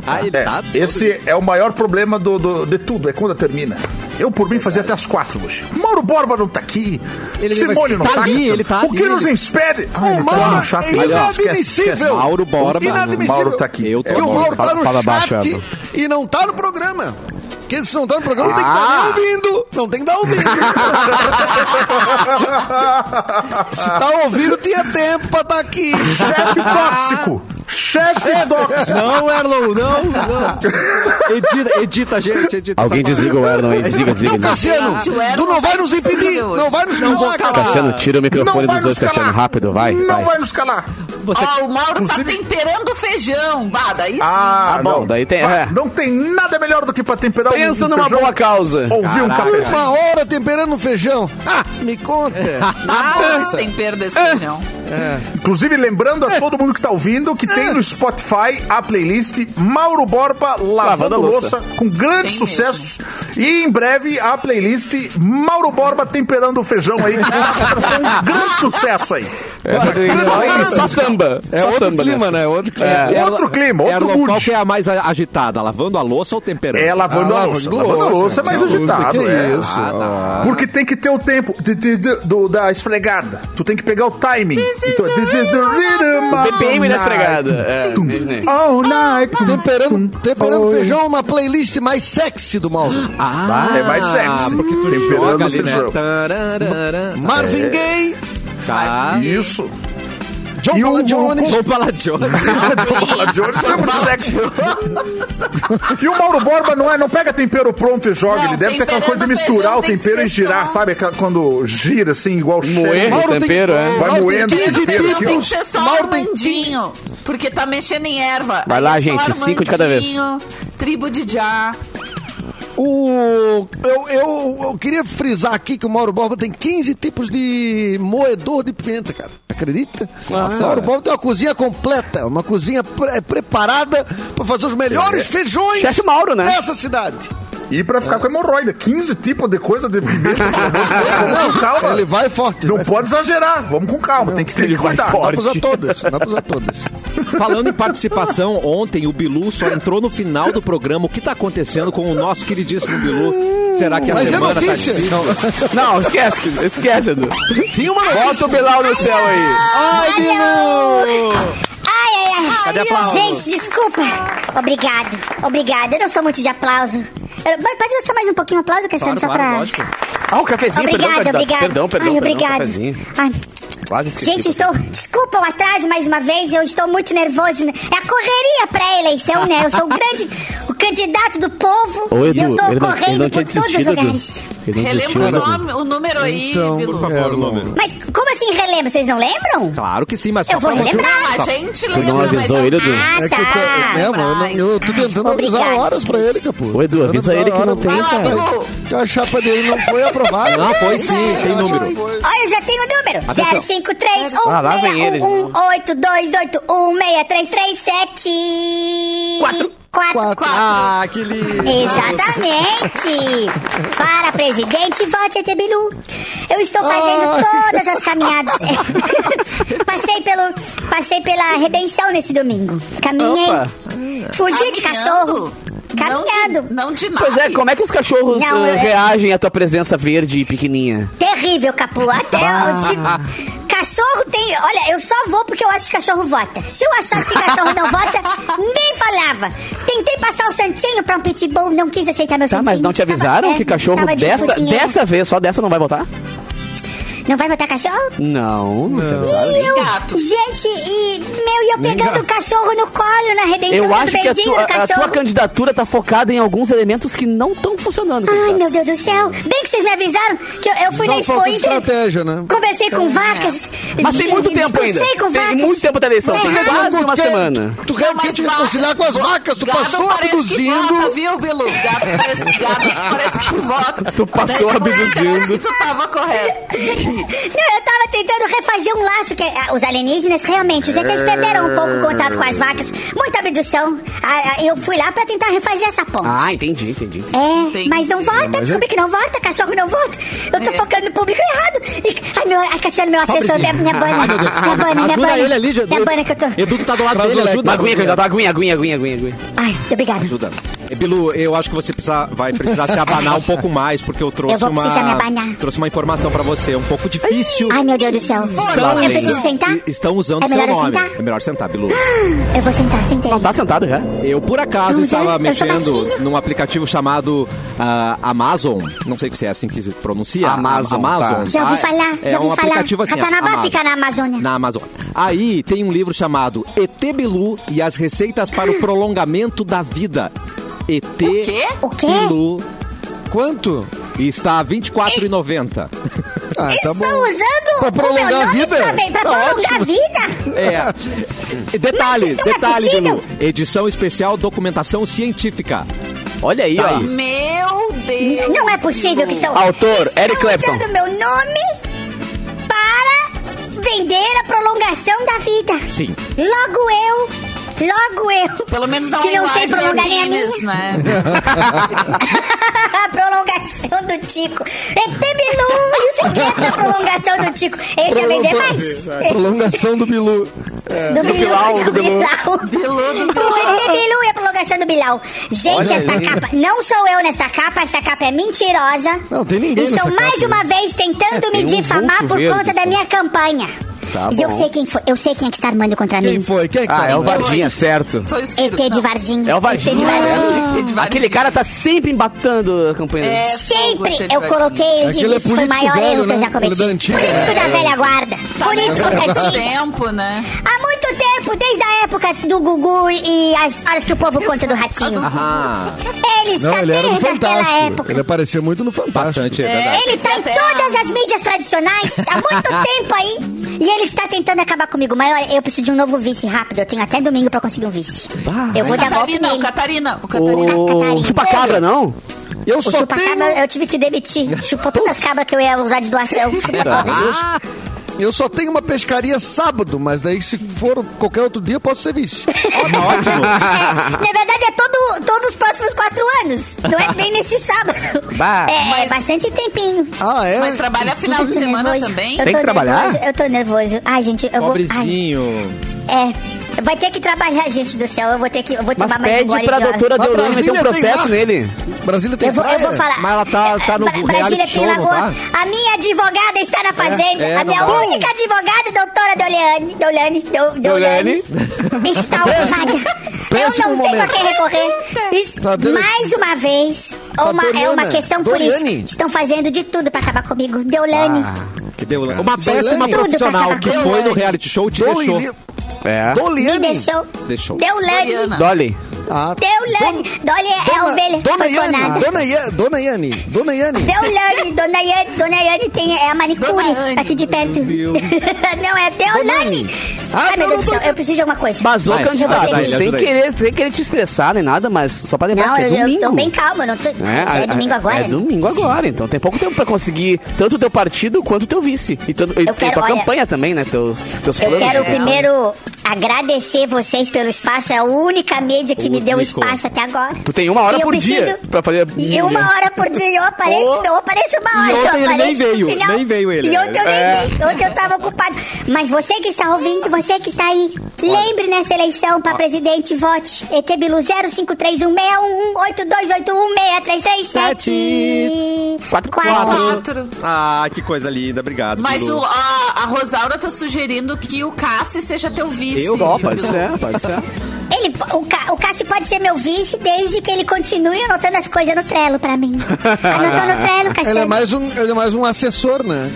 Speaker 3: Aí
Speaker 8: É,
Speaker 3: tá todo-
Speaker 8: esse é o maior problema do, do- de tudo, é quando termina. Eu, por mim, fazia até as quatro hoje. Mauro Borba não tá aqui.
Speaker 3: Ele-
Speaker 8: Simone
Speaker 3: mas
Speaker 8: não
Speaker 3: tá
Speaker 8: tá,
Speaker 3: ali,
Speaker 8: aqui.
Speaker 3: ele tá
Speaker 8: o que
Speaker 3: ali,
Speaker 8: nos
Speaker 3: ele-
Speaker 8: impede?
Speaker 7: O
Speaker 8: Ai, tá
Speaker 7: Mauro
Speaker 8: no chat,
Speaker 7: é
Speaker 8: mas não, esquece, esquece.
Speaker 7: inadmissível.
Speaker 3: Mauro Borba.
Speaker 7: Inadmissível.
Speaker 8: Mauro tá aqui.
Speaker 3: Eu tô
Speaker 7: Que o
Speaker 3: bom,
Speaker 7: Mauro tá
Speaker 9: fala-
Speaker 7: no
Speaker 9: fala
Speaker 7: chat
Speaker 9: baixo, Everton.
Speaker 7: e não tá no programa. Porque se não tá no programa, não tem que estar
Speaker 6: Ah.
Speaker 7: nem ouvindo. Não tem que estar ouvindo. se tá ouvindo, tinha tempo pra estar aqui.
Speaker 8: Chefe tóxico! Chefe tóxico!
Speaker 3: Não, Erlon, não, não. Edita, edita, gente, edita.
Speaker 9: Alguém
Speaker 3: essa
Speaker 9: desliga o Erlon aí, desliga, desliga.
Speaker 7: Não, Cassiano,
Speaker 4: Gente, o Erlon tá
Speaker 7: tu não vai nos impedir.
Speaker 4: hoje.
Speaker 7: Não vai nos calar, cara.
Speaker 9: Cassiano, tira o microfone
Speaker 8: Não vai
Speaker 9: dos dois,
Speaker 8: nos
Speaker 9: Cassiano,
Speaker 8: calar.
Speaker 9: rápido, vai.
Speaker 8: Não
Speaker 9: vai.
Speaker 8: vai nos calar!
Speaker 4: Ó, o Mauro
Speaker 8: inclusive-
Speaker 4: tá temperando feijão. Bah, daí
Speaker 8: Ah,
Speaker 6: Tá bom,
Speaker 8: não.
Speaker 6: daí tem-
Speaker 8: Ah,
Speaker 6: é.
Speaker 8: Não tem nada melhor do que pra temperar um
Speaker 6: Pensa numa
Speaker 8: feijão,
Speaker 6: boa causa.
Speaker 8: Ouvir um café.
Speaker 7: Uma hora temperando feijão. Ah, me conta.
Speaker 4: tá bom esse tempero desse
Speaker 8: É.
Speaker 4: feijão.
Speaker 8: Inclusive, lembrando a todo mundo que tá ouvindo que tem no Spotify a playlist Mauro Borba Lavando
Speaker 6: Lavando a
Speaker 8: Louça,
Speaker 6: louça.
Speaker 8: com grandes
Speaker 4: Tem
Speaker 8: sucessos. E em breve a playlist Mauro Borba Temperando o Feijão aí, que vai ser um grande sucesso aí.
Speaker 6: É, só samba.
Speaker 7: É
Speaker 6: só
Speaker 7: outro
Speaker 6: samba
Speaker 7: clima,
Speaker 6: nessa.
Speaker 7: né? Outro clima.
Speaker 3: É,
Speaker 8: Outro clima, outro
Speaker 3: Erlon, qual
Speaker 8: mood.
Speaker 3: que é a mais a- agitada? Lavando a louça ou temperando?
Speaker 8: É lavando
Speaker 7: Ah,
Speaker 8: a
Speaker 7: lavando
Speaker 8: louça. Lavando a louça é mais
Speaker 7: lavando louça,
Speaker 8: agitado.
Speaker 7: que
Speaker 8: é.
Speaker 7: isso?
Speaker 8: Ah, Porque tem que ter o tempo de- de- de- do- da esfregada. Tu tem que pegar o timing. Então, This is the rhythm.
Speaker 6: O BPM da
Speaker 8: all
Speaker 6: esfregada.
Speaker 8: night.
Speaker 6: É,
Speaker 8: Tum,
Speaker 6: imaginei.
Speaker 4: Oh,
Speaker 8: All night. tum,
Speaker 7: Temperando, temperando
Speaker 8: Oi.
Speaker 7: feijão é uma playlist mais sexy do Mauro.
Speaker 3: Ah,
Speaker 8: É mais sexy.
Speaker 3: Porque tu
Speaker 8: Temperando
Speaker 3: joga ali,
Speaker 8: feijão.
Speaker 3: né?
Speaker 7: tá.
Speaker 3: Tararara.
Speaker 7: Marvin Gaye,
Speaker 3: Tá.
Speaker 8: Isso.
Speaker 7: John
Speaker 8: E o-
Speaker 7: Paul Jones.
Speaker 3: Vamos falar de hoje.
Speaker 8: Paula Jones foi tá muito sexy. E o Mauro Borba não é, não pega tempero pronto e joga.
Speaker 4: Não,
Speaker 8: ele deve ter aquela coisa de
Speaker 4: temperando
Speaker 8: misturar
Speaker 4: feijão
Speaker 8: o
Speaker 4: tem
Speaker 8: tempero
Speaker 4: que
Speaker 8: e
Speaker 4: ser
Speaker 8: girar,
Speaker 4: só-
Speaker 8: sabe? Aquela- Quando gira assim, igual
Speaker 6: Moer.
Speaker 8: cheiro.
Speaker 6: Mauro tempero, é.
Speaker 8: Vai moendo
Speaker 7: Tem 15
Speaker 8: tempero
Speaker 4: Feijão
Speaker 8: aqui,
Speaker 7: tempos.
Speaker 8: ó.
Speaker 4: tem que ser só
Speaker 7: Mauro tem
Speaker 4: Armandinho, porque tá mexendo em erva.
Speaker 6: Vai
Speaker 4: Aí
Speaker 6: lá,
Speaker 4: é só
Speaker 6: gente, cinco de cada vez.
Speaker 4: Armandinho, Tribo de Já.
Speaker 7: O, eu, eu, eu queria frisar aqui que o Mauro Borba tem 15 tipos de moedor de pimenta, cara. Acredita?
Speaker 8: Ah,
Speaker 7: o Mauro Borba tem uma cozinha completa, uma cozinha pre- preparada pra fazer os
Speaker 8: É.
Speaker 7: melhores feijões
Speaker 6: Chefe Mauro, né?
Speaker 7: dessa cidade.
Speaker 8: E pra ficar com hemorroida. 15 tipos de coisa de pimenta. Vamos com
Speaker 7: Não,
Speaker 8: Ah, calma.
Speaker 7: ele vai forte.
Speaker 8: Não
Speaker 7: vai
Speaker 8: pode exagerar. Vamos com calma. Tem que ter
Speaker 6: Ele
Speaker 8: que
Speaker 6: vai
Speaker 8: cuidar.
Speaker 3: é
Speaker 6: forte.
Speaker 7: Vai pra usar todas, vai pra usar todas.
Speaker 3: Falando em participação, ontem o Bilu só entrou no final do programa. O que tá acontecendo com o nosso queridíssimo Bilu? Será que a
Speaker 7: Mas é
Speaker 3: semana tá
Speaker 7: notícia.
Speaker 3: difícil?
Speaker 7: Não,
Speaker 6: Não, esquece, esquece, Edu.
Speaker 7: Tinha uma
Speaker 6: Bota o Bilal no céu aí.
Speaker 10: Ai, ai, ai. Gente, desculpa. Obrigado, obrigado. Eu não sou muito de aplauso. Eu- mas pode só mais um pouquinho de aplauso, Cassiano,
Speaker 3: Claro,
Speaker 10: só
Speaker 3: claro, lógico.
Speaker 10: pra...
Speaker 6: Ah, um cafezinho, perdão,
Speaker 10: obrigado,
Speaker 6: candidato.
Speaker 10: obrigado.
Speaker 6: Perdão, perdão,
Speaker 10: Ai,
Speaker 6: perdão,
Speaker 10: obrigado.
Speaker 6: cafezinho.
Speaker 10: Ai,
Speaker 6: Quase esqueci.
Speaker 10: gente, estou... Desculpa o atraso mais uma vez. Eu estou muito nervoso. né? É a correria pré-eleição, né? Eu sou o grande... O candidato do povo.
Speaker 9: Ô,
Speaker 10: e eu
Speaker 9: Edu,
Speaker 10: estou
Speaker 9: ele não, ele
Speaker 10: correndo
Speaker 9: não tinha
Speaker 10: por todos os
Speaker 9: desistido, Edu.
Speaker 10: lugares.
Speaker 9: Ele não desistiu,
Speaker 4: Relembra o,
Speaker 9: né, Edu?
Speaker 4: nome, o número aí,
Speaker 7: Então,
Speaker 4: Bilu.
Speaker 3: Por favor,
Speaker 7: Erlon.
Speaker 3: número.
Speaker 10: Mas como assim relembro? Vocês não lembram?
Speaker 3: Claro que sim, mas só
Speaker 10: Eu vou
Speaker 3: pra você.
Speaker 10: relembrar.
Speaker 4: Não,
Speaker 6: Tá.
Speaker 4: a gente
Speaker 9: Tu
Speaker 4: lembra,
Speaker 9: não
Speaker 4: mas
Speaker 9: avisou
Speaker 4: eu-
Speaker 9: ele, Edu?
Speaker 7: É
Speaker 10: Ah,
Speaker 7: que eu tô,
Speaker 10: tá.
Speaker 7: é, mano, eu, eu tô tentando avisar
Speaker 10: Obrigada.
Speaker 7: horas pra ele, capô.
Speaker 9: Ô, Edu,
Speaker 7: Tentando
Speaker 9: avisa
Speaker 7: avisar
Speaker 9: ele que
Speaker 7: hora
Speaker 9: não
Speaker 7: pra
Speaker 9: tem,
Speaker 7: ele,
Speaker 4: cara.
Speaker 7: Que a chapa dele não foi aprovada.
Speaker 3: Não, foi sim, tem
Speaker 7: Eu acho
Speaker 3: número.
Speaker 7: que foi.
Speaker 10: Olha, eu já tenho o número.
Speaker 3: Atenção.
Speaker 10: 053
Speaker 6: Ah, lá vem ele.
Speaker 10: 162816337
Speaker 7: Quatro.
Speaker 3: Ah, que lindo.
Speaker 10: Exatamente! Para presidente, vote ET Bilu. Eu estou fazendo todas as caminhadas. passei, pelo, passei pela redenção nesse domingo. Caminhei.
Speaker 6: Opa.
Speaker 10: Fugi de
Speaker 4: Caminhando.
Speaker 10: cachorro. Caminhando.
Speaker 4: Não de, não de nada.
Speaker 6: Pois é, como é que os cachorros
Speaker 10: Não,
Speaker 6: ah,
Speaker 10: eu-
Speaker 6: reagem à tua presença verde e pequenininha?
Speaker 10: Terrível, Capu. Até
Speaker 6: Ah.
Speaker 10: eu, tipo, cachorro tem. Olha, eu só vou porque eu acho que cachorro vota. Se eu achasse que cachorro não vota, nem falava. Tentei passar o santinho pra um pitbull, não quis aceitar meu
Speaker 6: Tá,
Speaker 10: santinho.
Speaker 6: mas não te
Speaker 10: Tava-
Speaker 6: avisaram
Speaker 10: é,
Speaker 6: que cachorro
Speaker 10: tava de
Speaker 6: dessa,
Speaker 10: focinheiro.
Speaker 6: dessa vez, só dessa não vai votar?
Speaker 10: Não vai botar cachorro?
Speaker 6: Não, não, tem nada.
Speaker 10: E eu,
Speaker 4: gato.
Speaker 10: gente, e meu, e eu pegando o cachorro no colo na redenção,
Speaker 6: Eu
Speaker 10: dando
Speaker 6: acho que a
Speaker 10: beijinho
Speaker 6: sua,
Speaker 10: no
Speaker 6: a
Speaker 10: cachorro.
Speaker 6: tua candidatura tá focada em alguns elementos que não estão funcionando.
Speaker 10: Ai,
Speaker 6: Candidata.
Speaker 10: meu Deus do céu. Bem que vocês me avisaram que eu, eu fui na
Speaker 7: Só
Speaker 10: Expo
Speaker 7: falta
Speaker 10: Inter,
Speaker 7: estratégia, né?
Speaker 10: Conversei com vacas.
Speaker 6: É. Mas tem muito
Speaker 10: de-
Speaker 6: tempo ainda.
Speaker 10: discursei com
Speaker 6: Tem
Speaker 10: vacas.
Speaker 6: muito tempo até a eleição. Tem
Speaker 10: É,
Speaker 6: quase
Speaker 7: Tu
Speaker 6: uma
Speaker 7: quer-
Speaker 6: semana.
Speaker 7: Tu quer, quer te
Speaker 4: Mas
Speaker 7: reconciliar
Speaker 4: va-
Speaker 7: com as vacas? Tu
Speaker 4: gado
Speaker 7: passou
Speaker 4: parece Que vota,
Speaker 7: abduzindo.
Speaker 4: viu, Bilu? Gado parece, gado parece que vota.
Speaker 6: Tu passou
Speaker 4: Daí, por isso, eu
Speaker 6: abduzindo.
Speaker 4: acho que tu tava correto.
Speaker 10: Não, eu tava tentando refazer um laço que ah, os alienígenas realmente, os ETs perderam um pouco o contato com as vacas. Muita abdução. Ah, ah, eu fui lá pra tentar refazer essa ponte.
Speaker 6: Ah, entendi, entendi. entendi.
Speaker 10: É,
Speaker 4: Entendi.
Speaker 10: mas não vota, descobri que não vota, cachorro não vota. Eu tô
Speaker 4: É.
Speaker 10: focando no público errado. E, ai, meu, ai, Cassiano, meu assessor, minha, minha bana.
Speaker 5: Ai, meu Deus.
Speaker 10: Minha bana, minha
Speaker 5: Ajuda
Speaker 10: bana.
Speaker 5: ele ali, Edu.
Speaker 10: minha bana que eu tô.
Speaker 5: Edu, tu tá do lado
Speaker 7: Traz o
Speaker 5: dele,
Speaker 3: é
Speaker 7: leque.
Speaker 5: ajuda.
Speaker 6: Uma aguinha, candidata, aguinha, aguinha, aguinha, aguinha, aguinha.
Speaker 10: Ai, obrigado.
Speaker 3: Ajuda. E, Bilu, eu acho que você precisa, vai precisar se abanar um pouco mais, porque eu trouxe
Speaker 10: Eu vou
Speaker 3: uma.
Speaker 10: precisar me abanar.
Speaker 3: Trouxe uma informação pra você, um pouco difícil.
Speaker 10: Ai, meu Deus do céu. eu preciso sentar?
Speaker 3: e- Estão usando
Speaker 10: É
Speaker 3: o seu
Speaker 10: melhor eu
Speaker 3: nome.
Speaker 10: sentar? Hum,
Speaker 3: É melhor sentar, Bilu.
Speaker 10: Eu vou sentar, sentei.
Speaker 6: Não tá sentado já?
Speaker 3: Eu, por acaso,
Speaker 10: Estão
Speaker 3: estava
Speaker 10: usando? Eu sou
Speaker 3: mexendo
Speaker 10: baixinha.
Speaker 3: num aplicativo chamado ah, Amazon. Não sei se é assim que se pronuncia.
Speaker 6: Amazon, tá.
Speaker 10: Já ouvi
Speaker 3: Ah,
Speaker 10: falar,
Speaker 3: é
Speaker 10: já
Speaker 3: um
Speaker 10: ouvi falar.
Speaker 3: aplicativo assim.
Speaker 10: Ratanabá
Speaker 3: Amazon.
Speaker 10: fica na Amazônia.
Speaker 3: Na Amazônia. Aí tem um livro chamado ET Bilu e as receitas para o prolongamento da vida. ET
Speaker 4: quê?
Speaker 10: O quê? É?
Speaker 3: Bilu
Speaker 7: Quanto?
Speaker 3: e está a 24,90.
Speaker 7: Ah, tá bom.
Speaker 10: Estão usando
Speaker 7: Pra prolongar
Speaker 10: o meu
Speaker 7: a
Speaker 10: nome
Speaker 7: vida?
Speaker 10: pra, ver- pra
Speaker 7: Tá
Speaker 10: prolongar
Speaker 7: ótimo.
Speaker 10: a vida?
Speaker 3: É. E Detalhe,
Speaker 10: Mas isso não é
Speaker 3: detalhe,
Speaker 10: possível.
Speaker 3: Bilu. Edição especial documentação científica.
Speaker 6: Olha aí,
Speaker 3: Tá
Speaker 6: ó.
Speaker 3: aí.
Speaker 4: Meu Deus.
Speaker 10: Não é possível que estão...
Speaker 6: Autor,
Speaker 10: estão
Speaker 6: Eric Clapton.
Speaker 10: usando meu nome para vender a prolongação da vida.
Speaker 3: Sim.
Speaker 10: Logo eu... Logo eu,
Speaker 4: Pelo menos um não
Speaker 10: que é não sei prolongar nem a minha,
Speaker 4: Guinness, né?
Speaker 10: a prolongação do Tico. É ET Bilu e o segredo da prolongação do Tico. Esse é vender mais.
Speaker 7: Prolongação do Bilu.
Speaker 10: Do Bilau, do Bilau.
Speaker 4: Bilu,
Speaker 10: O ET Bilu e a prolongação do Bilau. Gente, esta capa, não sou eu nesta capa, esta capa é mentirosa.
Speaker 7: Não, tem ninguém
Speaker 10: Estão
Speaker 7: nessa
Speaker 10: mais
Speaker 7: capa,
Speaker 10: uma vez tentando me
Speaker 6: um
Speaker 10: difamar
Speaker 6: vulto
Speaker 10: por
Speaker 6: verde,
Speaker 10: conta da
Speaker 6: pô.
Speaker 10: minha campanha. e eu sei quem foi, eu sei quem é que está armando contra
Speaker 7: Quem
Speaker 10: mim.
Speaker 7: foi? Quem é que
Speaker 9: Ah,
Speaker 7: tá?
Speaker 9: é o Varginha, certo.
Speaker 4: Foi o Ciro.
Speaker 10: ET de
Speaker 4: Não.
Speaker 10: Varginha.
Speaker 6: É o Varginha.
Speaker 10: ET de Varginha.
Speaker 6: Aquele cara tá sempre embatando a campanha dele.
Speaker 4: É, fogo,
Speaker 10: Sempre
Speaker 4: ET de
Speaker 10: eu
Speaker 4: Varginha.
Speaker 10: coloquei ele de
Speaker 7: Aquele é
Speaker 10: vice, foi o
Speaker 7: político
Speaker 10: maior
Speaker 7: velho,
Speaker 10: erro que eu
Speaker 7: né?
Speaker 10: já cometi.
Speaker 7: Ele da antiga.
Speaker 10: Político da velha guarda.
Speaker 4: Tá
Speaker 10: Político da
Speaker 4: Muito
Speaker 10: antiga.
Speaker 4: É tempo, né?
Speaker 10: Há muito tempo, desde a época do Gugu e as horas que o povo conta do ratinho.
Speaker 3: Ah,
Speaker 10: Ele está
Speaker 7: Não, ele era no
Speaker 10: desde aquela
Speaker 7: Fantástico.
Speaker 10: época.
Speaker 7: Ele é- apareceu muito no Fantástico.
Speaker 3: bastante, é verdade.
Speaker 10: Ele tá em
Speaker 4: Até
Speaker 10: todas as mídias tradicionais há muito tempo aí. E ele está tentando acabar comigo. Mas olha, eu preciso de um novo vice rápido. Eu tenho até domingo pra conseguir um vice. eu vou dar golpe
Speaker 4: Catarina, o
Speaker 10: nele.
Speaker 4: Catarina. O Catarina.
Speaker 6: O
Speaker 10: Catarina.
Speaker 6: chupacabra, não?
Speaker 7: Eu
Speaker 10: O
Speaker 7: só tenho...
Speaker 10: chupacabra eu tive que demitir. Chupou todas as cabras que eu ia usar de doação.
Speaker 7: Eu só tenho uma pescaria sábado, mas daí se for qualquer outro dia, eu posso ser vice.
Speaker 3: Tá
Speaker 10: Na verdade, é todo, todos os próximos quatro anos. Não é bem nesse sábado.
Speaker 9: Bah.
Speaker 10: é,
Speaker 4: Mas-
Speaker 10: é bastante tempinho.
Speaker 7: Ah, é?
Speaker 4: Mas trabalha final de
Speaker 10: Tô
Speaker 4: semana
Speaker 10: nervoso.
Speaker 4: também?
Speaker 10: Eu
Speaker 9: Tem
Speaker 10: tô
Speaker 9: que trabalhar?
Speaker 10: nervoso, eu tô nervoso. Ai, gente, eu
Speaker 3: Pobrezinho.
Speaker 10: vou... Ai, é, vai ter que trabalhar, gente do céu. Eu vou ter que... Eu vou
Speaker 6: Mas
Speaker 10: tomar mais um
Speaker 6: pede
Speaker 10: gole
Speaker 6: pra
Speaker 10: de-
Speaker 6: doutora
Speaker 7: Mas
Speaker 6: Deolane meter um
Speaker 7: Brasília tem
Speaker 6: processo
Speaker 7: mar.
Speaker 6: nele.
Speaker 7: Brasília tem
Speaker 10: Eu vou, eu
Speaker 7: praia?
Speaker 10: vou falar. É,
Speaker 3: Mas ela tá- tá no
Speaker 10: Bra-
Speaker 3: reality
Speaker 10: Brasília
Speaker 3: show,
Speaker 10: tem
Speaker 3: não
Speaker 10: lagoa.
Speaker 3: tá?
Speaker 10: A minha advogada está na fazenda.
Speaker 3: É, é, não
Speaker 10: a minha
Speaker 3: dá.
Speaker 10: única advogada, doutora Deolane. Deolane. Do, Deolane. Está ocupada.
Speaker 7: péssimo
Speaker 10: Eu não tenho
Speaker 7: momento.
Speaker 10: a quem recorrer. Isso-
Speaker 7: Tá dando-
Speaker 10: Mais uma vez,
Speaker 3: Tá
Speaker 10: uma- é uma
Speaker 7: Doriana.
Speaker 10: questão
Speaker 7: Doriane.
Speaker 10: política. Estão fazendo de tudo pra acabar comigo. Deolane.
Speaker 3: Que deu uma péssima
Speaker 7: Deolane.
Speaker 3: Ah, profissional que foi no reality show te deixou.
Speaker 7: Ah. Doli...
Speaker 9: É.
Speaker 10: Me
Speaker 7: Doliane?
Speaker 10: deixou.
Speaker 3: Deixou.
Speaker 10: Deolane.
Speaker 4: Doriana.
Speaker 9: Dolly.
Speaker 7: Ah,
Speaker 10: Deolane. Dolly é a ovelha.
Speaker 7: Dona
Speaker 10: foi
Speaker 7: Yane,
Speaker 10: clonada.
Speaker 7: Dona Yane, Dona Yane, Dona Yane.
Speaker 10: Deolane, Dona Yane, Dona Yane tem, é a manicure
Speaker 4: Dona Anne.
Speaker 10: aqui de perto. não,
Speaker 7: Dona
Speaker 10: é Deolane.
Speaker 7: Anne. Ah,
Speaker 10: Ai, meu
Speaker 7: não,
Speaker 10: Deus do
Speaker 7: não,
Speaker 10: céu,
Speaker 7: não.
Speaker 10: eu preciso de alguma coisa.
Speaker 6: Mas, ô,
Speaker 3: Vai,
Speaker 6: candidato,
Speaker 3: ajuda ele,
Speaker 6: sem
Speaker 3: ajuda ele.
Speaker 6: querer, sem querer te estressar nem nada, mas só pra lembrar
Speaker 10: Não,
Speaker 6: que é
Speaker 10: eu, eu
Speaker 6: domingo.
Speaker 10: tô bem calma, não tô, é,
Speaker 6: a-
Speaker 10: domingo
Speaker 6: a-
Speaker 10: agora.
Speaker 6: É domingo agora, então tem pouco tempo pra conseguir tanto o teu partido quanto o teu vice. E, tanto, e- e
Speaker 10: quero-
Speaker 6: tua
Speaker 10: olha,
Speaker 6: campanha também, né? Teus, teus
Speaker 10: Eu
Speaker 6: planos.
Speaker 10: quero
Speaker 4: É.
Speaker 10: primeiro agradecer vocês pelo espaço. É a única mídia que me deu
Speaker 3: Único.
Speaker 10: espaço até agora.
Speaker 6: Tu tem uma hora
Speaker 10: E eu
Speaker 6: por dia
Speaker 10: preciso-
Speaker 6: pra fazer
Speaker 10: E uma
Speaker 6: mídia.
Speaker 10: hora por dia. Eu apareço,
Speaker 6: Oh.
Speaker 10: eu apareço uma hora.
Speaker 3: E ontem
Speaker 10: eu
Speaker 3: ele nem
Speaker 10: apareço no
Speaker 3: veio,
Speaker 10: final.
Speaker 3: nem veio ele.
Speaker 10: E ontem eu
Speaker 6: É.
Speaker 10: nem veio. Ontem eu tava ocupado. Mas você que está ouvindo, você que está aí, lembre nessa eleição pra presidente, vote. ET Bilu um 05316182816337.
Speaker 6: Quatro,
Speaker 4: Quatro.
Speaker 3: Ah, que coisa linda. Obrigado.
Speaker 4: Mas
Speaker 3: Bilu.
Speaker 4: o, a, a Rosaura tá sugerindo que o Cassi seja teu vice.
Speaker 6: é Eu, ó, pode ser, pode ser.
Speaker 10: Ele, po- o, Ca- o Cássio pode ser meu vice desde que ele continue anotando as coisas no Trello pra mim. Anotou no Trello, Cássio.
Speaker 7: Ele é, mais um, ele é mais um assessor, né?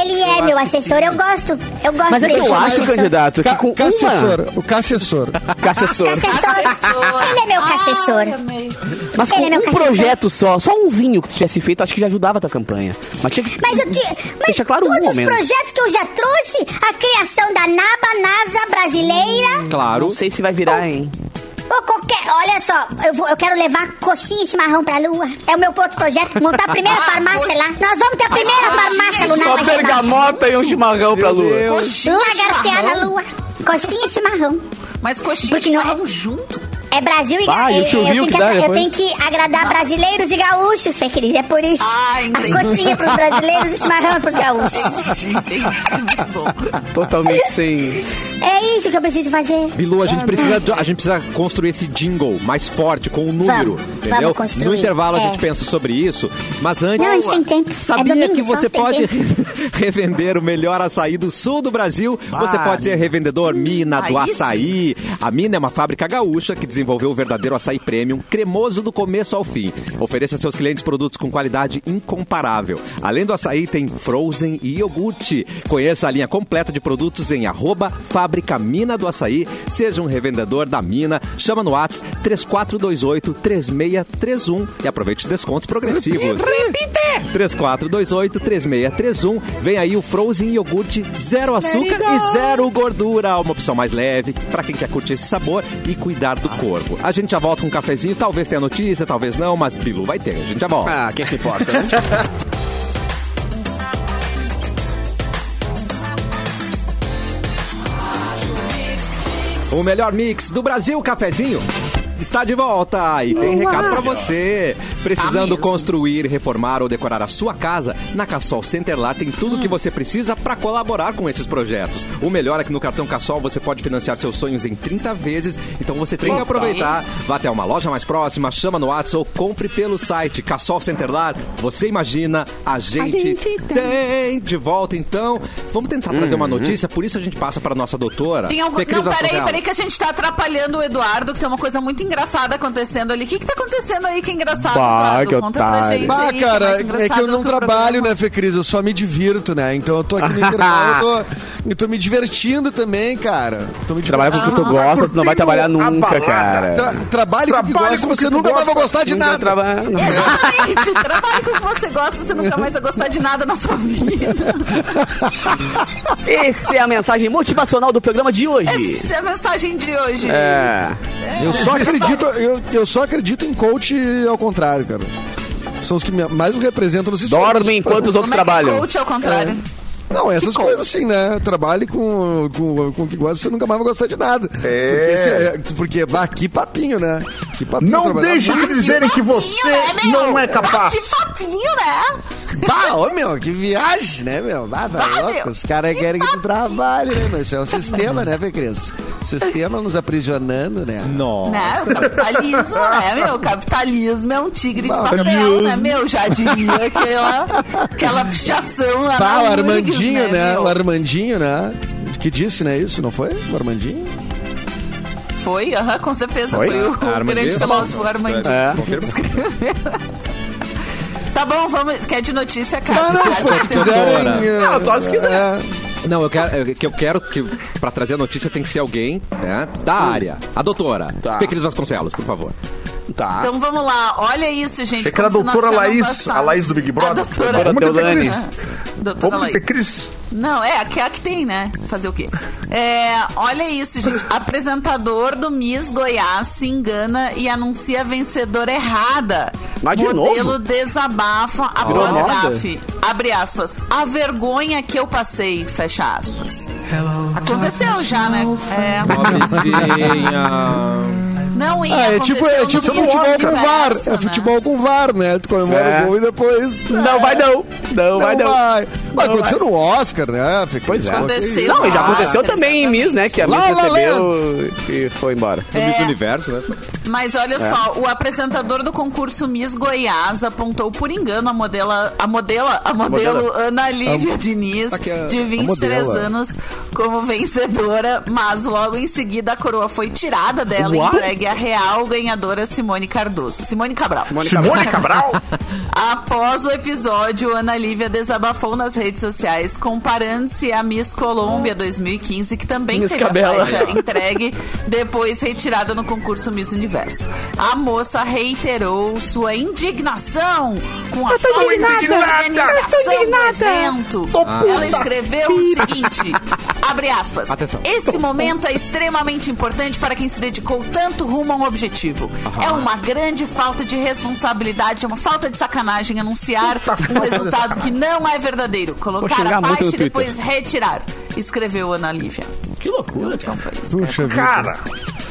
Speaker 10: Ele é meu assessor, eu gosto. Eu gosto
Speaker 6: Mas é que
Speaker 10: dele.
Speaker 6: eu acho, candidato, que
Speaker 7: Ca-
Speaker 6: com uma...
Speaker 7: Cassessor, o cassessor.
Speaker 6: Cassessor.
Speaker 10: Assessor. Ele é meu
Speaker 6: Ah,
Speaker 10: assessor.
Speaker 6: Mas com
Speaker 10: Ele é meu
Speaker 6: um
Speaker 10: cassessor.
Speaker 6: projeto só, só umzinho que tu tivesse feito, acho que já ajudava a tua campanha. Mas tinha que...
Speaker 10: Mas, eu tinha, mas
Speaker 6: Deixa claro um
Speaker 10: todos os
Speaker 6: momento.
Speaker 10: projetos que eu já trouxe, a criação da NABA, NASA brasileira,
Speaker 3: Claro.
Speaker 6: Não sei se vai virar, hein?
Speaker 10: ou qualquer... Olha só, eu, vou- eu quero levar coxinha e chimarrão pra lua. É o meu outro projeto, montar a primeira farmácia lá. Nós vamos ter a primeira farmácia lunar.
Speaker 6: Só
Speaker 10: vai ser
Speaker 6: bergamota e um chimarrão pra lua.
Speaker 4: Coxinha
Speaker 10: Uma
Speaker 4: e
Speaker 10: gartear na
Speaker 4: chimarrão.
Speaker 10: lua. Coxinha e chimarrão.
Speaker 4: Mas coxinha
Speaker 10: Porque
Speaker 4: Porque
Speaker 10: não é-
Speaker 4: chimarrão junto.
Speaker 10: É Brasil e
Speaker 9: Vai, o
Speaker 10: Gaúchos.
Speaker 9: tio
Speaker 10: Eu,
Speaker 9: Viu
Speaker 10: tenho
Speaker 9: que
Speaker 10: que
Speaker 9: dá
Speaker 10: agra- eu
Speaker 9: depois.
Speaker 10: tenho que agradar brasileiros e gaúchos, Fê Cris. É por isso.
Speaker 4: Ah, entendi.
Speaker 10: a coxinha pros brasileiros e chimarrão é pros gaúchos.
Speaker 4: é Muito bom.
Speaker 6: Totalmente sem...
Speaker 10: É isso que eu preciso fazer.
Speaker 3: Bilu, a
Speaker 10: Ah,
Speaker 3: gente, precisa, a gente precisa construir esse jingle mais forte, com um número,
Speaker 10: Vamos,
Speaker 3: entendeu?
Speaker 10: vamos construir,
Speaker 3: no intervalo a
Speaker 10: é.
Speaker 3: gente pensa sobre isso, mas antes...
Speaker 10: Não, a gente tem tempo. É
Speaker 3: Sabia
Speaker 10: domingo
Speaker 3: que
Speaker 10: só,
Speaker 3: você
Speaker 10: tem
Speaker 3: pode
Speaker 10: tempo.
Speaker 3: revender o melhor açaí do sul do Brasil? Você pode ser revendedor mina do
Speaker 4: aí sim.
Speaker 3: açaí. A mina é uma fábrica gaúcha que desenvolveu o verdadeiro açaí premium, cremoso do começo ao fim. Ofereça a seus clientes produtos com qualidade incomparável. Além do açaí, tem frozen e iogurte. Conheça a linha completa de produtos em arroba fábrica mina do açaí. Seja um revendedor da mina. Chama no Whats 3428-3631 e aproveite os descontos progressivos. 3428-3631. Vem aí o Frozen Iogurte Zero Açúcar e Zero Gordura. Uma opção mais leve para quem quer curtir esse sabor e cuidar do corpo. A gente já volta com um cafezinho. Talvez tenha notícia, talvez não, mas Bilu vai ter. A gente já volta.
Speaker 6: Ah, quem se importa? né?
Speaker 3: O melhor mix do Brasil, cafezinho. Está de volta e tem recado para você. Precisando construir, reformar ou decorar a sua casa, na Cassol Center lá tem tudo que você precisa para colaborar com esses projetos. O melhor é que no cartão Cassol você pode financiar seus sonhos em 30 vezes, então você tem que aproveitar. Vá até uma loja mais próxima, chama no WhatsApp ou compre pelo site Cassol Center lá. Você imagina, a gente, tem. Uhum. De volta então. Vamos tentar trazer uma notícia, por isso a gente passa para nossa doutora.
Speaker 4: Tem algum...
Speaker 3: Fê Cris
Speaker 4: Não, peraí,
Speaker 3: Vasconcelos.
Speaker 4: peraí que a gente tá atrapalhando o Eduardo, que tem uma coisa muito engraçada acontecendo ali. O que que tá acontecendo aí que é engraçado,
Speaker 6: Bah,
Speaker 4: Eduardo?
Speaker 6: que
Speaker 4: Conta pra
Speaker 6: otário.
Speaker 4: gente
Speaker 7: Bah,
Speaker 4: aí, que é mais
Speaker 7: cara, é que
Speaker 4: engraçado
Speaker 7: eu
Speaker 4: do
Speaker 7: não
Speaker 4: o
Speaker 7: trabalho,
Speaker 4: programa.
Speaker 7: né, Fê Cris? Eu só me divirto, né? Então eu tô aqui no intervalo, eu tô, eu tô me divertindo também, cara. Tô me
Speaker 6: Trabalhar com o
Speaker 10: Tá
Speaker 6: que tu gosta, tu não vai trabalhar nunca,
Speaker 8: balada.
Speaker 6: cara.
Speaker 7: Tra trabalho com o que
Speaker 8: Trabalho
Speaker 7: gosta,
Speaker 8: com o que
Speaker 7: você
Speaker 8: tu
Speaker 7: nunca mais vai
Speaker 8: gosta.
Speaker 7: gostar de
Speaker 6: Nunca
Speaker 7: nada.
Speaker 6: trabalha- não.
Speaker 4: Exatamente. Trabalhe com o que você gosta, você nunca mais vai gostar de nada na sua vida.
Speaker 6: Essa é a mensagem motivacional do programa de hoje.
Speaker 4: Essa é a mensagem de hoje.
Speaker 6: É.
Speaker 7: Eu só acredito, eu, eu só acredito em coach ao contrário, cara. São os que me- mais me representam nos
Speaker 6: Dorme enquanto os
Speaker 4: Como
Speaker 6: outros
Speaker 4: é que é
Speaker 6: trabalham.
Speaker 4: coach ao contrário?
Speaker 7: Não, essas coisas assim, né? Trabalhe com, com, com o que gosta, você nunca mais vai gostar de nada. Porque, se- é, porque bah, que papinho, né? Que papinho.
Speaker 8: Não
Speaker 7: trabalhar-
Speaker 8: deixe de dizerem que você não é capaz.
Speaker 4: De né, papinho, né?
Speaker 7: Bah, ô meu, que viagem, né, meu? Bah, tá louco.
Speaker 4: meu,
Speaker 7: Os caras querem que tu trabalhe, né, meu? Isso é um sistema, né, Fê Cris? Sistema nos aprisionando, né?
Speaker 3: Nossa.
Speaker 4: Né? O capitalismo, né, meu? O capitalismo é um tigre de papel,
Speaker 8: capitalismo.
Speaker 4: né, meu? Já diria aquela, aquela pichação lá na
Speaker 7: Bah, Tá, o
Speaker 4: Urgs,
Speaker 7: Armandinho, né?
Speaker 4: meu?
Speaker 7: O Armandinho, né? Que disse, né? Isso, não foi? O Armandinho?
Speaker 4: Foi, aham, com certeza.
Speaker 6: Foi?
Speaker 4: Foi, o grande
Speaker 7: Tá
Speaker 4: filósofo Armandinho.
Speaker 6: É.
Speaker 4: Tá bom, vamos. Quer de notícia, cara?
Speaker 7: Não,
Speaker 4: Cássio,
Speaker 7: pô, se
Speaker 4: tem um-
Speaker 7: quiserem,
Speaker 6: Não, só se quiser.
Speaker 7: né? é,
Speaker 3: Não, eu quero, eu- que eu quero que pra trazer a notícia tem que ser alguém né, da área. A doutora. é
Speaker 6: Tá.
Speaker 3: Fê Cris Vasconcelos, por favor.
Speaker 6: Tá.
Speaker 4: Então vamos lá, olha isso, gente.
Speaker 8: Achei que era a
Speaker 4: como se nós
Speaker 8: doutora
Speaker 4: já não
Speaker 8: Laís,
Speaker 4: bastava.
Speaker 8: a Laís do Big Brother.
Speaker 4: A doutora,
Speaker 6: Doutora
Speaker 8: Vamos ter
Speaker 6: Deolane.
Speaker 8: Cris.
Speaker 4: doutora
Speaker 8: Vamos ter
Speaker 4: Laís.
Speaker 8: Cris.
Speaker 4: Não, é, a que, a que tem, né? Fazer o quê? É, olha isso, gente. Apresentador do Miss Goiás se engana e anuncia a vencedora errada.
Speaker 6: Mas de
Speaker 4: Modelo
Speaker 6: novo?
Speaker 4: desabafa
Speaker 6: Virou
Speaker 4: após
Speaker 6: moda?
Speaker 4: gafe. Abre aspas. A vergonha que eu passei, fecha aspas. Aconteceu já, né? É.
Speaker 3: Pobrezinha.
Speaker 4: Não ia
Speaker 7: Ah, é tipo, é tipo futebol com VAR.
Speaker 4: né?
Speaker 7: É futebol com VAR, né? Tu comemora
Speaker 6: É.
Speaker 7: o gol e depois.
Speaker 6: Não
Speaker 7: é,
Speaker 6: vai não. Não, vai não.
Speaker 7: Mas aconteceu no Oscar, né? Fica-
Speaker 6: Pois é.
Speaker 4: Aconteceu.
Speaker 6: Não, e já
Speaker 4: Ah,
Speaker 6: aconteceu também em Miss, né? Que a Miss
Speaker 7: La La
Speaker 6: recebeu e foi embora.
Speaker 4: É.
Speaker 3: No Miss Universo, né?
Speaker 4: Mas olha só, o apresentador do concurso Miss Goiás apontou por engano a modela, a modela, a modelo
Speaker 6: Modela.
Speaker 4: Ana Lívia Diniz,
Speaker 3: aqui a-
Speaker 4: de 23
Speaker 7: modela.
Speaker 4: anos, como vencedora, mas logo em seguida a coroa foi tirada dela e entregue à real ganhadora Simone Cardoso. Simone Cabral.
Speaker 8: Simone Cabral?
Speaker 4: Após o episódio, Ana Lívia desabafou nas redes sociais, comparando-se à Miss Colômbia 2015, que também
Speaker 6: Miss
Speaker 4: teve
Speaker 6: Cabela.
Speaker 4: a faixa entregue, depois retirada no concurso Miss Universo. A moça reiterou sua indignação com a forma de
Speaker 8: indignada.
Speaker 4: organização do evento. Ela escreveu o seguinte, abre aspas,
Speaker 3: Atenção.
Speaker 4: esse momento é extremamente importante para quem se dedicou tanto rumo a um objetivo. É uma grande falta de responsabilidade, é uma falta de sacanagem anunciar um resultado que não é verdadeiro. Colocar
Speaker 6: xingar
Speaker 4: a
Speaker 6: muito no
Speaker 4: faixa e
Speaker 6: Twitter.
Speaker 4: depois retirar. Escreveu Ana Lívia.
Speaker 6: Que loucura.
Speaker 4: Então foi isso.
Speaker 7: Puxa vida.
Speaker 8: Cara,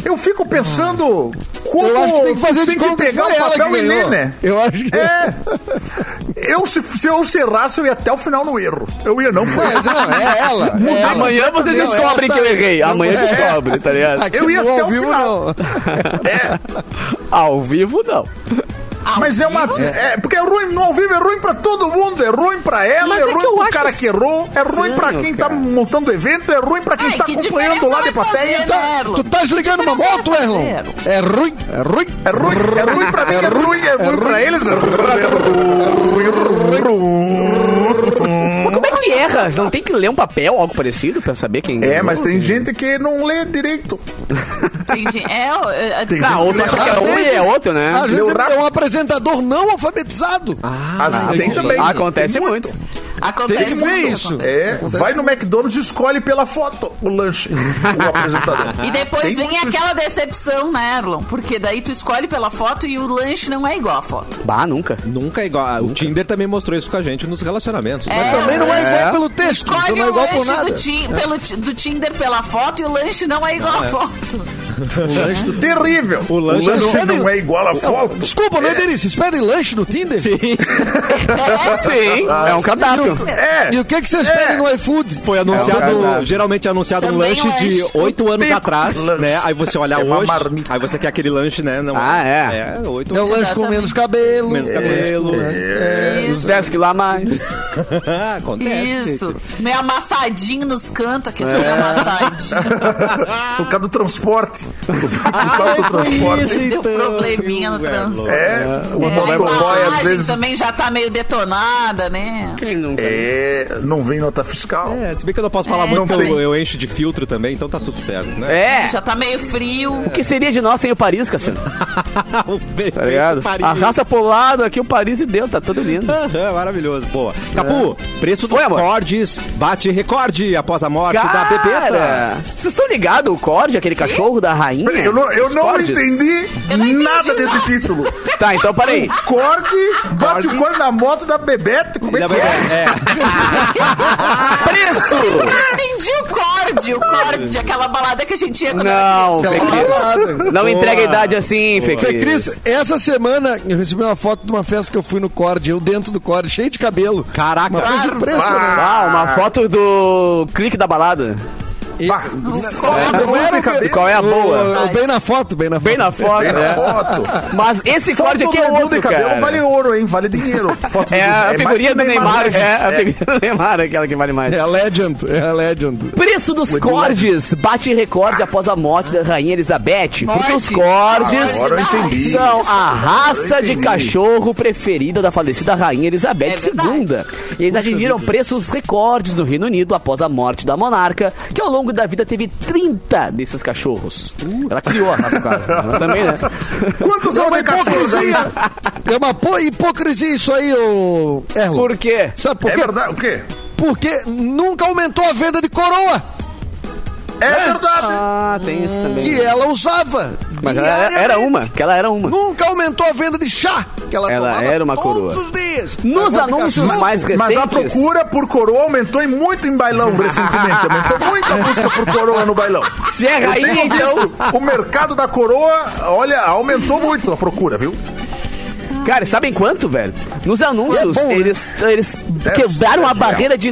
Speaker 8: eu fico pensando como
Speaker 7: Ah. Eu acho que tem que fazer de
Speaker 8: tem que
Speaker 7: conta que
Speaker 8: pegar
Speaker 7: foi
Speaker 8: o
Speaker 7: ela que
Speaker 8: papel e ler,
Speaker 7: ganhou.
Speaker 8: né?
Speaker 7: Eu acho que...
Speaker 8: É. Eu, se, se eu cerrasse, eu ia até o final no erro. Eu ia, não foi.
Speaker 7: Mas não, é ela. É ela.
Speaker 6: Amanhã vocês
Speaker 7: Não,
Speaker 6: descobrem que
Speaker 7: essa
Speaker 6: eu
Speaker 7: aí.
Speaker 6: errei. Amanhã
Speaker 7: É.
Speaker 6: descobre, tá ligado?
Speaker 7: Aqui
Speaker 8: Eu ia
Speaker 7: no
Speaker 8: até
Speaker 7: ao
Speaker 8: o
Speaker 7: vivo,
Speaker 8: final.
Speaker 7: não. É.
Speaker 6: Ao vivo, não.
Speaker 8: É. Mas é uma. É, porque é ruim, no ao vivo é ruim pra todo mundo. É ruim pra ela,
Speaker 6: Mas
Speaker 8: é
Speaker 6: é que
Speaker 8: ruim
Speaker 6: eu
Speaker 8: pro
Speaker 6: acho
Speaker 8: cara que errou, é ruim pra
Speaker 6: estranho,
Speaker 8: quem tá
Speaker 6: cara.
Speaker 8: montando o evento, é ruim pra quem
Speaker 4: Ai,
Speaker 8: tá
Speaker 4: que
Speaker 8: acompanhando
Speaker 4: diferença
Speaker 8: lá de
Speaker 4: vai
Speaker 8: plateia.
Speaker 4: fazer,
Speaker 8: Tá-
Speaker 4: né?
Speaker 7: Tu tá desligando uma
Speaker 4: Diferença
Speaker 7: moto,
Speaker 4: vai
Speaker 7: Erlon?
Speaker 4: fazer.
Speaker 7: É ruim, é ruim.
Speaker 8: É ruim, é ruim pra mim, é ruim, é ruim pra eles. é ruim pra-
Speaker 6: Mas como é
Speaker 4: Hum.
Speaker 6: que erra? Não tem que ler um papel, algo parecido, pra saber quem
Speaker 8: É, mas tem gente que não lê direito.
Speaker 4: Tem gente- é, é, é,
Speaker 6: Não, outro acha que é
Speaker 7: Às
Speaker 6: um e é
Speaker 7: vezes-
Speaker 6: outro, né?
Speaker 7: Às vezes
Speaker 8: Meu
Speaker 7: é um
Speaker 8: rabo.
Speaker 7: apresentador não alfabetizado.
Speaker 6: Ah,
Speaker 8: Assim, tem também.
Speaker 6: Acontece
Speaker 8: Tem
Speaker 6: muito.
Speaker 7: Tem
Speaker 4: acontece
Speaker 7: que ver
Speaker 4: muito.
Speaker 7: isso.
Speaker 8: É, vai no McDonald's e escolhe pela foto o lanche. O apresentador.
Speaker 4: E depois
Speaker 8: Ah, Tem
Speaker 4: vem
Speaker 8: muito isso.
Speaker 4: aquela decepção, né, Erlon? Porque daí tu escolhe pela foto e o lanche não é igual à foto.
Speaker 6: Bah, nunca.
Speaker 3: Nunca é igual. Ah, O Tinder também mostrou isso com a gente nos relacionamentos. né?
Speaker 7: Mas também não é igual pelo texto.
Speaker 4: Escolhe
Speaker 7: não
Speaker 4: o
Speaker 7: é igual por
Speaker 4: lanche
Speaker 7: nada. É.
Speaker 4: do, Tin- pelo Ti- do Tinder pela foto e o lanche não é igual à foto.
Speaker 7: O lanche do
Speaker 8: Terrível. O
Speaker 3: lanche
Speaker 8: lanche,
Speaker 7: é-
Speaker 8: não é igual à foto.
Speaker 7: Desculpa, não é delícia. Espera em lanche no Tinder? Sim.
Speaker 4: Ah,
Speaker 6: Sim, é um cadastro.
Speaker 8: É.
Speaker 7: E o que, que vocês pedem no iFood?
Speaker 3: Foi
Speaker 6: É
Speaker 7: um
Speaker 3: anunciado,
Speaker 6: verdade.
Speaker 3: geralmente é anunciado um
Speaker 4: Também
Speaker 3: lanche
Speaker 4: lanche.
Speaker 3: de oito anos
Speaker 8: Tem
Speaker 3: atrás,
Speaker 8: lanche.
Speaker 3: né? Aí você olha
Speaker 8: É uma
Speaker 3: hoje,
Speaker 8: marmita.
Speaker 3: aí você quer aquele lanche, né? Não,
Speaker 6: Ah, é.
Speaker 3: É, oito
Speaker 7: É um
Speaker 3: anos.
Speaker 7: lanche com
Speaker 4: Exatamente.
Speaker 7: menos cabelo. É.
Speaker 3: Menos cabelo. né?
Speaker 4: É Isso. é
Speaker 6: 10 quilos a mais.
Speaker 3: Ah, acontece.
Speaker 4: Isso. Meio amassadinho nos cantos, aqui assim, amassadinho.
Speaker 8: Por causa do transporte. O tal do transporte.
Speaker 4: Deu probleminha no
Speaker 3: viu,
Speaker 4: trânsito.
Speaker 3: Erlon?
Speaker 8: É,
Speaker 6: um
Speaker 8: o
Speaker 4: É, a
Speaker 8: motoboy às
Speaker 4: embalagem
Speaker 8: vezes
Speaker 4: também já tá meio detonada, né?
Speaker 6: Quem nunca?
Speaker 8: é, não vem nota fiscal.
Speaker 3: É, se bem que eu não posso falar
Speaker 4: É,
Speaker 3: muito, porque
Speaker 4: também.
Speaker 3: eu, eu encho de filtro também, então tá tudo certo, né?
Speaker 6: É.
Speaker 4: Já tá meio frio.
Speaker 6: O que seria de nós sem o Paris, Cassiano?
Speaker 3: o bem
Speaker 6: Tá ligado?
Speaker 3: Paris.
Speaker 6: Arrasta pro lado aqui o Paris e deu, tá tudo lindo.
Speaker 3: Aham, maravilhoso, boa. Capu, preço dos
Speaker 6: Ué, amor.
Speaker 3: cordes bate recorde após a morte da Pepeta.
Speaker 6: vocês estão ligados? O Cord, aquele cachorro da rainha?
Speaker 8: Eu não, eu
Speaker 6: Os
Speaker 8: não
Speaker 6: cordes?
Speaker 8: entendi
Speaker 4: Eu não entendi
Speaker 8: nada desse
Speaker 4: nada.
Speaker 8: título.
Speaker 6: Tá, então parei.
Speaker 8: Corte, bate o corte na moto da Bebete. Como é que é? Ah!
Speaker 6: Preço!
Speaker 4: Eu Ah, entendi o corte, o corte, aquela balada que a gente ia quando era
Speaker 8: é
Speaker 6: Não,
Speaker 7: Pela
Speaker 6: Fê Cris.
Speaker 7: balada.
Speaker 6: Não
Speaker 7: Boa.
Speaker 6: entrega a idade assim, Fê
Speaker 7: Fê
Speaker 6: Cris.
Speaker 7: Cris, essa semana eu recebi uma foto de uma festa que eu fui no Cord, eu dentro do Cord, cheio de cabelo.
Speaker 3: Caraca.
Speaker 7: Uma coisa
Speaker 8: né?
Speaker 7: impressionante.
Speaker 6: Ah, uma foto do clique da balada.
Speaker 8: Bah,
Speaker 7: Não era o
Speaker 6: E
Speaker 7: que-
Speaker 6: qual é a boa?
Speaker 7: o- o Bem na foto, bem na foto.
Speaker 6: Bem na foto,
Speaker 8: bem na
Speaker 6: né?
Speaker 8: foto.
Speaker 6: Mas esse Cord aqui é
Speaker 8: Todo mundo
Speaker 6: outro,
Speaker 8: de cabelo
Speaker 6: cara.
Speaker 8: vale ouro, hein? Vale dinheiro. Foto
Speaker 6: É a
Speaker 8: mais
Speaker 6: figurinha
Speaker 8: que
Speaker 6: do Neymar,
Speaker 8: Regis.
Speaker 6: é a figurinha do Neymar, aquela que vale mais.
Speaker 7: É a Legend, é a Legend.
Speaker 6: Preço dos cordes bate recorde após a morte da rainha Elizabeth. Porque os cordes
Speaker 8: Ah, Agora eu entendi.
Speaker 6: são a raça de
Speaker 8: entendi.
Speaker 6: cachorro preferida da falecida rainha
Speaker 4: É
Speaker 6: Elizabeth II.
Speaker 4: verdade.
Speaker 6: E eles atingiram preços recordes no Reino Unido após a morte da monarca, que ao longo da vida teve 30 desses cachorros. Ela criou a raça quase. Ela também, né?
Speaker 8: Quantos
Speaker 7: É
Speaker 8: anos
Speaker 7: uma
Speaker 8: de cachorro é
Speaker 7: hipocrisia.
Speaker 8: isso?
Speaker 7: É uma po- hipocrisia isso aí, ô Erlon.
Speaker 6: Por quê?
Speaker 7: Sabe por
Speaker 8: É
Speaker 7: quê?
Speaker 8: verdade, o quê?
Speaker 7: Porque nunca aumentou a venda de coroa
Speaker 8: É verdade.
Speaker 6: Ah, tem isso também.
Speaker 7: que ela usava.
Speaker 6: Mas ela era, era uma, que ela era uma.
Speaker 7: Nunca aumentou a venda de chá que ela,
Speaker 6: Ela
Speaker 7: tomava
Speaker 6: era uma
Speaker 7: todos
Speaker 6: coroa.
Speaker 7: os dias.
Speaker 6: Nos
Speaker 7: Mas,
Speaker 6: anúncios
Speaker 7: Cachorro,
Speaker 6: mais
Speaker 8: Mas
Speaker 6: recentes...
Speaker 8: a procura por coroa aumentou e muito em bailão recentemente. Aumentou muito a busca por coroa no bailão.
Speaker 6: Se é
Speaker 8: Eu tenho
Speaker 6: rainha, então...
Speaker 8: visto o mercado da coroa, olha, aumentou muito a procura, viu?
Speaker 6: Cara, sabem quanto, velho? Nos anúncios,
Speaker 7: É bom, né?
Speaker 6: eles, eles
Speaker 8: Deve
Speaker 6: quebraram
Speaker 8: ser
Speaker 6: a
Speaker 8: real.
Speaker 6: barreira de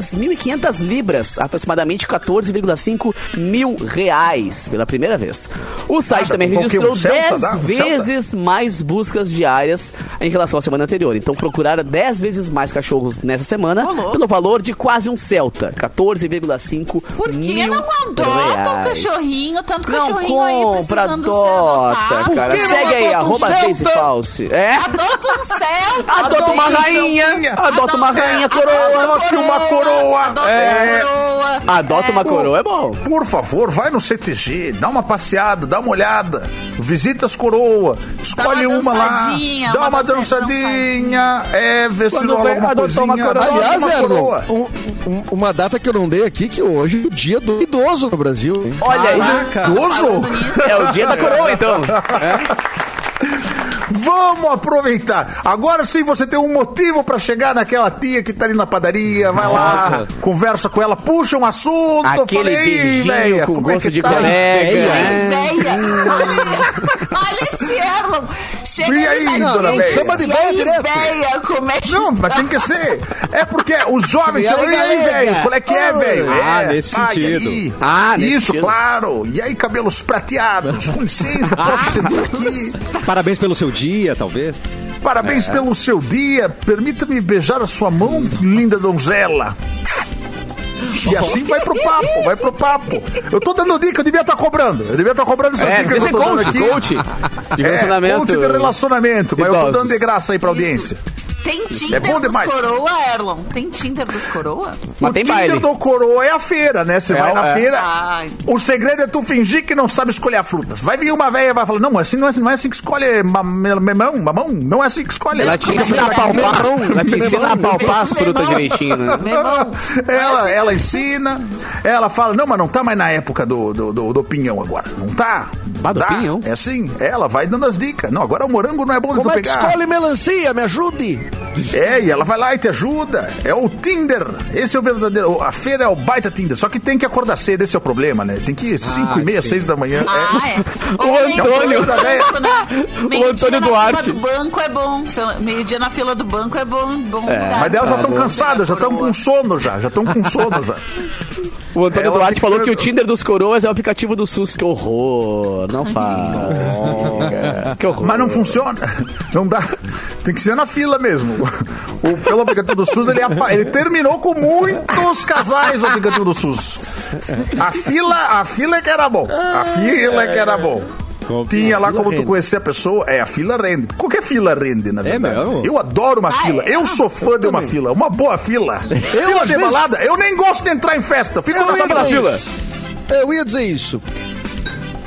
Speaker 6: 2.500 libras, aproximadamente 14,5 mil reais, pela primeira vez. O site
Speaker 8: Nada,
Speaker 6: também
Speaker 8: com
Speaker 6: registrou
Speaker 8: qualquer um Celta
Speaker 6: 10
Speaker 8: dá, um
Speaker 6: vezes mais buscas diárias em relação à semana anterior. Então procuraram 10 vezes mais cachorros nessa semana, pelo valor de quase um Celta, 14,5
Speaker 4: Por que
Speaker 6: mil
Speaker 4: não adota um
Speaker 6: reais.
Speaker 4: cachorrinho? Tanto
Speaker 6: Não
Speaker 4: cachorrinho aí
Speaker 6: compra,
Speaker 4: precisando ser
Speaker 6: adota,
Speaker 4: adotado.
Speaker 7: Por
Speaker 6: cara.
Speaker 7: que não
Speaker 6: Segue aí,
Speaker 7: adota um
Speaker 6: arroba
Speaker 7: Celta?
Speaker 6: Daisy False. É?
Speaker 4: Adota um céu. um
Speaker 6: Adota uma rainha, adota uma rainha coroa.
Speaker 8: Adote É, uma coroa!
Speaker 4: Adota uma
Speaker 8: É.
Speaker 4: coroa.
Speaker 6: Adota uma coroa, é bom.
Speaker 8: Por favor, vai no CTG, dá uma passeada, dá uma olhada, visita as coroas, escolhe
Speaker 4: uma
Speaker 8: uma, lá,
Speaker 4: dançadinha,
Speaker 8: dá
Speaker 4: uma
Speaker 8: uma,
Speaker 4: dançadinha.
Speaker 8: dançadinha, é, vê se
Speaker 6: Quando
Speaker 8: rola
Speaker 6: vai
Speaker 8: alguma
Speaker 6: adotar
Speaker 8: coisinha. é,
Speaker 6: uma coroa.
Speaker 8: adota
Speaker 7: Aliás,
Speaker 8: uma
Speaker 7: Erlon,
Speaker 8: coroa.
Speaker 7: um- um- uma data que eu não dei aqui, que hoje é o dia do idoso no Brasil. hein?
Speaker 6: Olha aí.
Speaker 8: Idoso?
Speaker 4: Falando nisso,
Speaker 6: Ah, É o dia da coroa, então.
Speaker 8: Vamos aproveitar. Agora sim você tem um motivo pra chegar naquela tia que tá ali na padaria. Vai lá, conversa com ela, puxa um assunto.
Speaker 6: Aquele
Speaker 8: fala, "Ei,
Speaker 6: beijinho
Speaker 8: véia,
Speaker 6: com
Speaker 8: como é
Speaker 6: gosto
Speaker 8: que
Speaker 6: de
Speaker 8: tá?"
Speaker 6: colega.
Speaker 4: Bem,
Speaker 6: É.
Speaker 4: velha. Olha, olha esse Erlon. Chega
Speaker 8: E aí,
Speaker 4: na
Speaker 8: dona
Speaker 4: gente,
Speaker 8: Véia?
Speaker 7: Chama de
Speaker 4: e
Speaker 7: véia
Speaker 4: aí,
Speaker 7: direto.
Speaker 4: véia, como é que
Speaker 8: Não, mas tem que ser. É porque os jovens
Speaker 7: E aí,
Speaker 8: chamam, e aí,
Speaker 7: galera?
Speaker 8: velho? Qual é que é,
Speaker 7: Oi.
Speaker 8: velho?
Speaker 3: Ah,
Speaker 8: É,
Speaker 3: nesse
Speaker 8: pai, e
Speaker 3: sentido.
Speaker 8: aí?
Speaker 6: Ah, nesse
Speaker 8: Isso,
Speaker 6: sentido.
Speaker 8: claro. E aí, cabelos prateados, com licença,
Speaker 6: Ah,
Speaker 8: posso te ver aqui?
Speaker 3: Parabéns pelo seu dia, talvez.
Speaker 6: É.
Speaker 8: Parabéns pelo seu dia. Permita-me beijar a sua mão, linda donzela. E assim vai pro papo, vai pro papo. Eu tô dando dica, eu devia estar cobrando. Eu devia estar cobrando essas
Speaker 6: É, devia
Speaker 8: dicas que
Speaker 6: ser
Speaker 8: eu tô dando
Speaker 6: coach,
Speaker 8: aqui.
Speaker 6: coach. De
Speaker 8: É,
Speaker 6: relacionamento.
Speaker 8: coach de relacionamento, mas eu tô
Speaker 6: Idosos.
Speaker 8: dando de graça aí pra audiência.
Speaker 4: Tem
Speaker 8: É
Speaker 4: Tinder
Speaker 8: bom
Speaker 4: dos
Speaker 8: demais.
Speaker 4: coroa, Erlon? Tem Tinder dos coroa?
Speaker 6: Mas
Speaker 8: o
Speaker 6: tem
Speaker 8: Tinder
Speaker 6: baile.
Speaker 8: do coroa é a feira, né? Você
Speaker 6: É,
Speaker 8: vai na
Speaker 6: é.
Speaker 8: feira.
Speaker 4: Ai.
Speaker 8: O segredo é tu fingir que não sabe escolher a fruta. Vai vir uma velha e vai falar: não, assim não é, não é assim que escolhe ma- me- mamão, mamão, não é assim que escolhe.
Speaker 6: Ela te ensina a palpar. Ela te ensina a palpar as frutas direitinho, né?
Speaker 8: ela, ela ensina, ela fala, não, mas não tá mais na época do, do, do, do pinhão agora. Não tá?
Speaker 6: Bah, do
Speaker 8: Dá.
Speaker 6: pinhão?
Speaker 8: É assim, ela vai dando as dicas. Não, agora o morango não é bom de tu
Speaker 7: Como é que
Speaker 8: pegar.
Speaker 7: escolhe melancia? Me ajude.
Speaker 8: É, e ela vai lá e te ajuda. É o Tinder. Esse é o verdadeiro. A feira é o baita Tinder. Só que tem que acordar cedo, esse é o problema, né? Tem que ir 5 e meia, 6 da manhã.
Speaker 4: Ah,
Speaker 8: É.
Speaker 4: é.
Speaker 6: O
Speaker 4: Ou meio-dia
Speaker 6: Antônio.
Speaker 4: na fila do banco, né?
Speaker 6: O
Speaker 4: Meio-dia
Speaker 6: Antônio
Speaker 4: na
Speaker 6: Duarte.
Speaker 4: fila do banco é bom. Fila- Meio-dia na fila do banco é bom. Tá bom lugar.
Speaker 8: Mas elas já estão
Speaker 4: Pra
Speaker 8: cansadas, já
Speaker 4: pegar
Speaker 8: estão com
Speaker 4: coroa.
Speaker 8: sono já, já estão com sono já.
Speaker 6: O Antônio
Speaker 8: Ela
Speaker 6: Duarte
Speaker 8: fica-
Speaker 6: falou que o Tinder dos coroas é o aplicativo do SUS. Que horror. Não faz. Que horror.
Speaker 8: Mas não funciona. Não dá. Tem que ser na fila mesmo. O, pelo aplicativo do SUS, ele, afa- ele terminou com muitos casais o aplicativo do SUS. A fila, a fila é que era bom. A fila é que era bom. Tinha lá
Speaker 7: fila
Speaker 8: como tu
Speaker 7: rende. É
Speaker 8: conhecer a pessoa. É, a fila rende. Qualquer fila rende, na verdade.
Speaker 3: mesmo?
Speaker 8: eu adoro
Speaker 7: Ah,
Speaker 8: uma fila.
Speaker 4: é?
Speaker 8: Eu sou fã de uma fila. Uma boa fila. fila
Speaker 7: às
Speaker 8: de
Speaker 7: vezes-
Speaker 8: balada. Eu nem gosto de entrar em festa. Fico
Speaker 7: Eu
Speaker 8: tá na
Speaker 7: ia
Speaker 8: fila.
Speaker 7: dizer
Speaker 8: fila.
Speaker 7: isso. Eu ia dizer isso.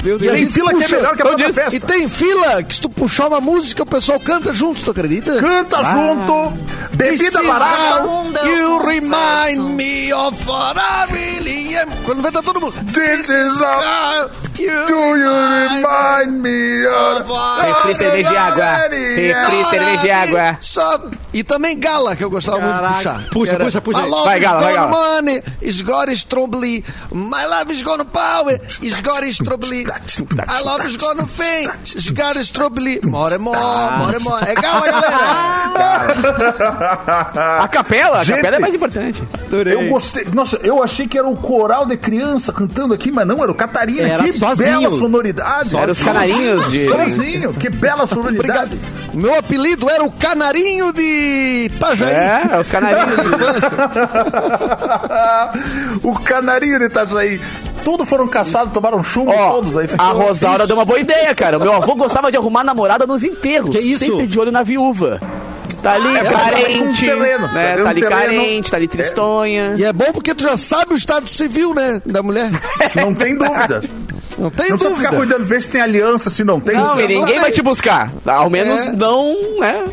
Speaker 3: Meu
Speaker 7: E a
Speaker 8: Tem
Speaker 7: gente
Speaker 8: fila que é
Speaker 7: puxa-
Speaker 8: melhor que a
Speaker 6: Eu
Speaker 8: própria
Speaker 6: disse-
Speaker 8: festa.
Speaker 7: E tem fila que se tu puxar uma música, o pessoal canta junto, tu acredita?
Speaker 8: Canta junto. Bebida
Speaker 7: Precisa um
Speaker 8: barata.
Speaker 7: You remind me of what I really am. Quando vai tá todo mundo.
Speaker 8: This is a
Speaker 7: You
Speaker 8: Do you remind me of...
Speaker 6: Refri, cerveja e água. Refri, cerveja e água.
Speaker 7: Só- E também Gala, que eu gostava muito de puxar.
Speaker 3: Puxa,
Speaker 7: Que era,
Speaker 3: puxa, puxa.
Speaker 7: My love
Speaker 6: Vai,
Speaker 7: is
Speaker 6: Gala, vai,
Speaker 7: gonna
Speaker 6: Gala.
Speaker 7: money, is gonna strombly. My love is gonna power, is gonna strombly. I love is gonna fame, is gonna strombly. More and more, more and more. É Gala, galera.
Speaker 6: A capela, a
Speaker 8: Ah, Gente.
Speaker 6: capela é mais importante.
Speaker 8: Eu gostei. Nossa, eu achei que era o coral de criança cantando aqui, mas não, era o Catarina.
Speaker 3: Era
Speaker 8: que
Speaker 3: sozinho.
Speaker 8: bela sonoridade.
Speaker 6: Era os canarinhos de-
Speaker 8: Sozinho, que bela sonoridade.
Speaker 7: Obrigado. Meu apelido era o Canarinho de Itajaí.
Speaker 6: É, é os canarinhos.
Speaker 8: o canarinho de Itajaí. Todos foram caçados, tomaram chumbo,
Speaker 6: Ó,
Speaker 8: todos aí. ficou
Speaker 6: a Rosaura
Speaker 8: triste.
Speaker 6: deu uma boa ideia, cara. O meu avô gostava de arrumar namorada nos enterros.
Speaker 3: Que isso?
Speaker 6: Sempre de olho na viúva. Tá ali
Speaker 8: É, um
Speaker 6: carente,
Speaker 8: terreno,
Speaker 6: né?
Speaker 8: um
Speaker 6: Tá ali
Speaker 8: terreno.
Speaker 6: carente, tá ali tristonha.
Speaker 7: E é bom porque tu já sabe o estado civil, né? Da mulher.
Speaker 8: Não tem dúvida.
Speaker 7: Não tem
Speaker 8: Não precisa
Speaker 7: dúvida.
Speaker 8: ficar cuidando, ver se tem aliança, se não tem.
Speaker 6: Não, e ninguém
Speaker 7: não
Speaker 6: vai
Speaker 7: é.
Speaker 6: te buscar. Ao menos
Speaker 7: É.
Speaker 6: não, né?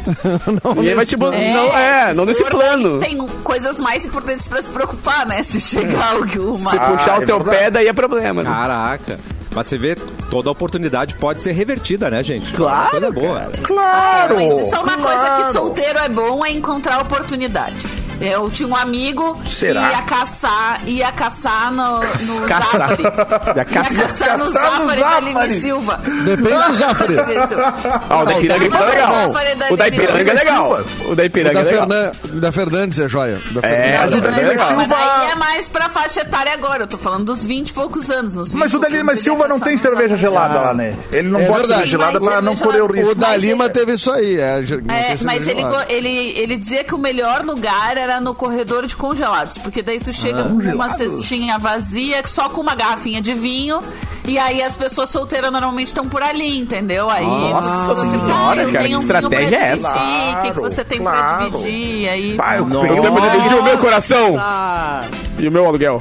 Speaker 6: ninguém vai te buscar.
Speaker 4: É,
Speaker 6: Não, é, não nesse
Speaker 4: se for,
Speaker 6: plano. Se
Speaker 4: Tem coisas mais importantes pra se preocupar, né? Se chegar alguma.
Speaker 6: puxar
Speaker 8: Ah,
Speaker 6: o
Speaker 8: é
Speaker 6: teu
Speaker 8: verdade.
Speaker 3: Ah,
Speaker 6: pé, daí é problema. né?
Speaker 3: Caraca. Mas você vê, toda oportunidade pode ser revertida, né, gente?
Speaker 6: Claro,
Speaker 3: Coisa boa.
Speaker 8: Claro!
Speaker 4: Mas isso é uma coisa que
Speaker 8: claro.
Speaker 4: solteiro é bom, é encontrar oportunidade. Eu tinha um amigo
Speaker 8: Será?
Speaker 4: que ia caçar, ia caçar no, no
Speaker 6: Caçar.
Speaker 4: Zafari.
Speaker 6: Ia
Speaker 4: Ia
Speaker 6: caçar.
Speaker 4: caçar, no
Speaker 8: Caçar no
Speaker 4: Zafari da
Speaker 8: Zafari.
Speaker 4: Lime Silva.
Speaker 7: Depende do Zafari.
Speaker 4: Da Lime Silva.
Speaker 6: Ah, o da
Speaker 7: Não,
Speaker 6: Ipiranga
Speaker 7: o da
Speaker 6: é legal.
Speaker 4: Ipiranga é bom.
Speaker 6: O da Ipiranga é legal. O da
Speaker 7: O
Speaker 6: Ipiranga
Speaker 7: da,
Speaker 6: é legal.
Speaker 7: Fernan- da Fernandes é joia. O Da
Speaker 6: É,
Speaker 7: Fernandes
Speaker 8: Mas o
Speaker 6: Mas
Speaker 8: Daniel
Speaker 6: é legal.
Speaker 8: tá Silva.
Speaker 4: Mas aí é mais pra faixa etária agora. Eu tô falando dos 20 e poucos anos. Nos 20
Speaker 8: Mas o
Speaker 4: e poucos
Speaker 8: Dalima
Speaker 4: anos,
Speaker 8: Silva
Speaker 4: ele tá
Speaker 8: não
Speaker 4: ia
Speaker 8: tem
Speaker 4: caçar no
Speaker 8: cerveja
Speaker 4: Zafari.
Speaker 8: gelada lá, né? Ele não
Speaker 7: É
Speaker 8: bota
Speaker 7: verdade.
Speaker 8: cerveja gelada
Speaker 4: Mas
Speaker 8: pra não
Speaker 4: cerveja
Speaker 8: correr o
Speaker 4: gelada-
Speaker 8: risco.
Speaker 7: O da
Speaker 4: Mas
Speaker 7: Lima
Speaker 4: ele-
Speaker 7: teve isso aí. É, não
Speaker 4: É,
Speaker 7: tem
Speaker 4: mas
Speaker 7: cerveja
Speaker 4: ele,
Speaker 7: lá.
Speaker 4: go- ele, ele dizia que o melhor lugar era no corredor de congelados, porque daí tu
Speaker 8: Ah,
Speaker 4: chega com uma cestinha vazia, só com uma garrafinha de vinho, e aí as pessoas solteiras normalmente estão por ali, entendeu? Aí
Speaker 6: Nossa
Speaker 4: você
Speaker 6: senhora,
Speaker 4: fala, "Ah, eu
Speaker 6: cara, que
Speaker 4: tenho um vinho pra
Speaker 6: estratégia é essa?"
Speaker 4: dividir, o que que
Speaker 8: Claro,
Speaker 4: você tem
Speaker 8: claro.
Speaker 4: pra dividir? Aí...
Speaker 8: Pá, eu
Speaker 9: Eu
Speaker 8: peguei
Speaker 9: também
Speaker 8: uma-
Speaker 9: dividi o meu coração e o meu aluguel.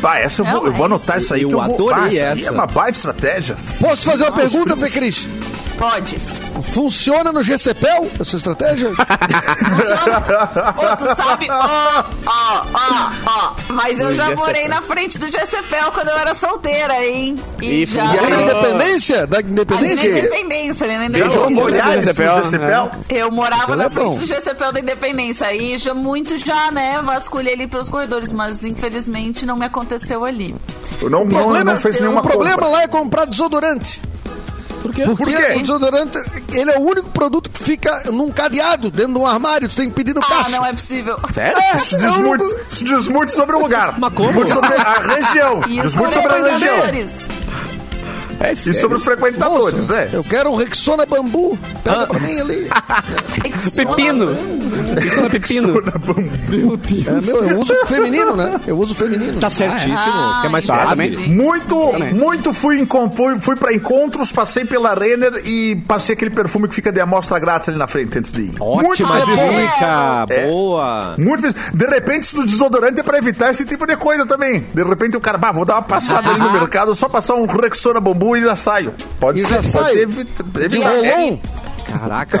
Speaker 8: Pá, essa eu vou, eu vou anotar isso aí.
Speaker 3: Eu
Speaker 8: que vou-
Speaker 3: adorei
Speaker 8: pá, aí
Speaker 3: essa.
Speaker 8: É uma baita estratégia.
Speaker 7: Posso te fazer uma pergunta, Fê Cris?
Speaker 4: Pode.
Speaker 7: Funciona no GCPEL essa estratégia?
Speaker 4: Ô, tu sabe, ó, ó, ó, ó. Mas eu
Speaker 6: No
Speaker 4: já
Speaker 6: GCPEL.
Speaker 4: morei na frente do GCPEL quando eu era solteira, hein? E,
Speaker 6: E
Speaker 4: já...
Speaker 7: E aí,
Speaker 6: Ah.
Speaker 7: na independência? Da
Speaker 4: Ali na
Speaker 7: independência?
Speaker 4: Independência, ali na
Speaker 8: Eu
Speaker 4: Independência.
Speaker 8: vou olhar esse
Speaker 6: GCPL,
Speaker 8: GCPL.
Speaker 4: Eu morava na
Speaker 7: Ela é bom.
Speaker 4: frente do GCPL da Independência. Aí já muito já, né? Vasculhei ali pelos corredores, mas infelizmente não me aconteceu ali.
Speaker 8: Eu não,
Speaker 7: O
Speaker 8: não,
Speaker 7: problema,
Speaker 8: não fez nenhuma
Speaker 7: o problema
Speaker 8: compra.
Speaker 7: lá é comprar desodorante.
Speaker 6: Por quê?
Speaker 7: Porque
Speaker 8: quê?
Speaker 7: o desodorante, ele é o único produto que fica num cadeado, dentro de um armário, tu tem que pedir no
Speaker 4: Ah,
Speaker 7: caixa.
Speaker 4: não é possível.
Speaker 6: Sério?
Speaker 7: É,
Speaker 8: Isso
Speaker 7: é
Speaker 8: diz,
Speaker 7: o único-
Speaker 8: muito, isso diz muito sobre o lugar.
Speaker 3: Mas como?
Speaker 8: Diz muito sobre a região.
Speaker 4: E
Speaker 8: Diz
Speaker 4: os
Speaker 8: muito sobre a região.
Speaker 4: corredores.
Speaker 6: É
Speaker 8: E
Speaker 6: sério.
Speaker 8: sobre os frequentadores,
Speaker 7: Moço,
Speaker 8: é.
Speaker 7: Eu quero um Rexona bambu. Pega
Speaker 4: Ah.
Speaker 7: pra mim ali.
Speaker 6: Pepino. Isso não é pepino.
Speaker 7: É meu, eu uso feminino, né? Eu uso feminino.
Speaker 3: Tá certíssimo.
Speaker 4: Ah,
Speaker 3: que é mais
Speaker 4: tá,
Speaker 3: fácil.
Speaker 6: também.
Speaker 8: Muito, muito fui, em compo- fui pra encontros, passei pela Renner e passei aquele perfume que fica de amostra grátis ali na frente antes de ir. muito
Speaker 3: Ótima
Speaker 8: mais isso.
Speaker 3: dica.
Speaker 8: É.
Speaker 3: Boa.
Speaker 8: Muito mais- De repente, isso do desodorante é pra evitar esse tipo de coisa também. De repente, o cara, bah, vou dar uma passada ali no mercado, só passar um Rexona bambu e já saio. Pode
Speaker 7: E
Speaker 8: ser,
Speaker 7: já
Speaker 8: pode
Speaker 7: saio.
Speaker 8: evi-
Speaker 7: De
Speaker 8: evitar. É,
Speaker 7: rolão?
Speaker 3: Caraca.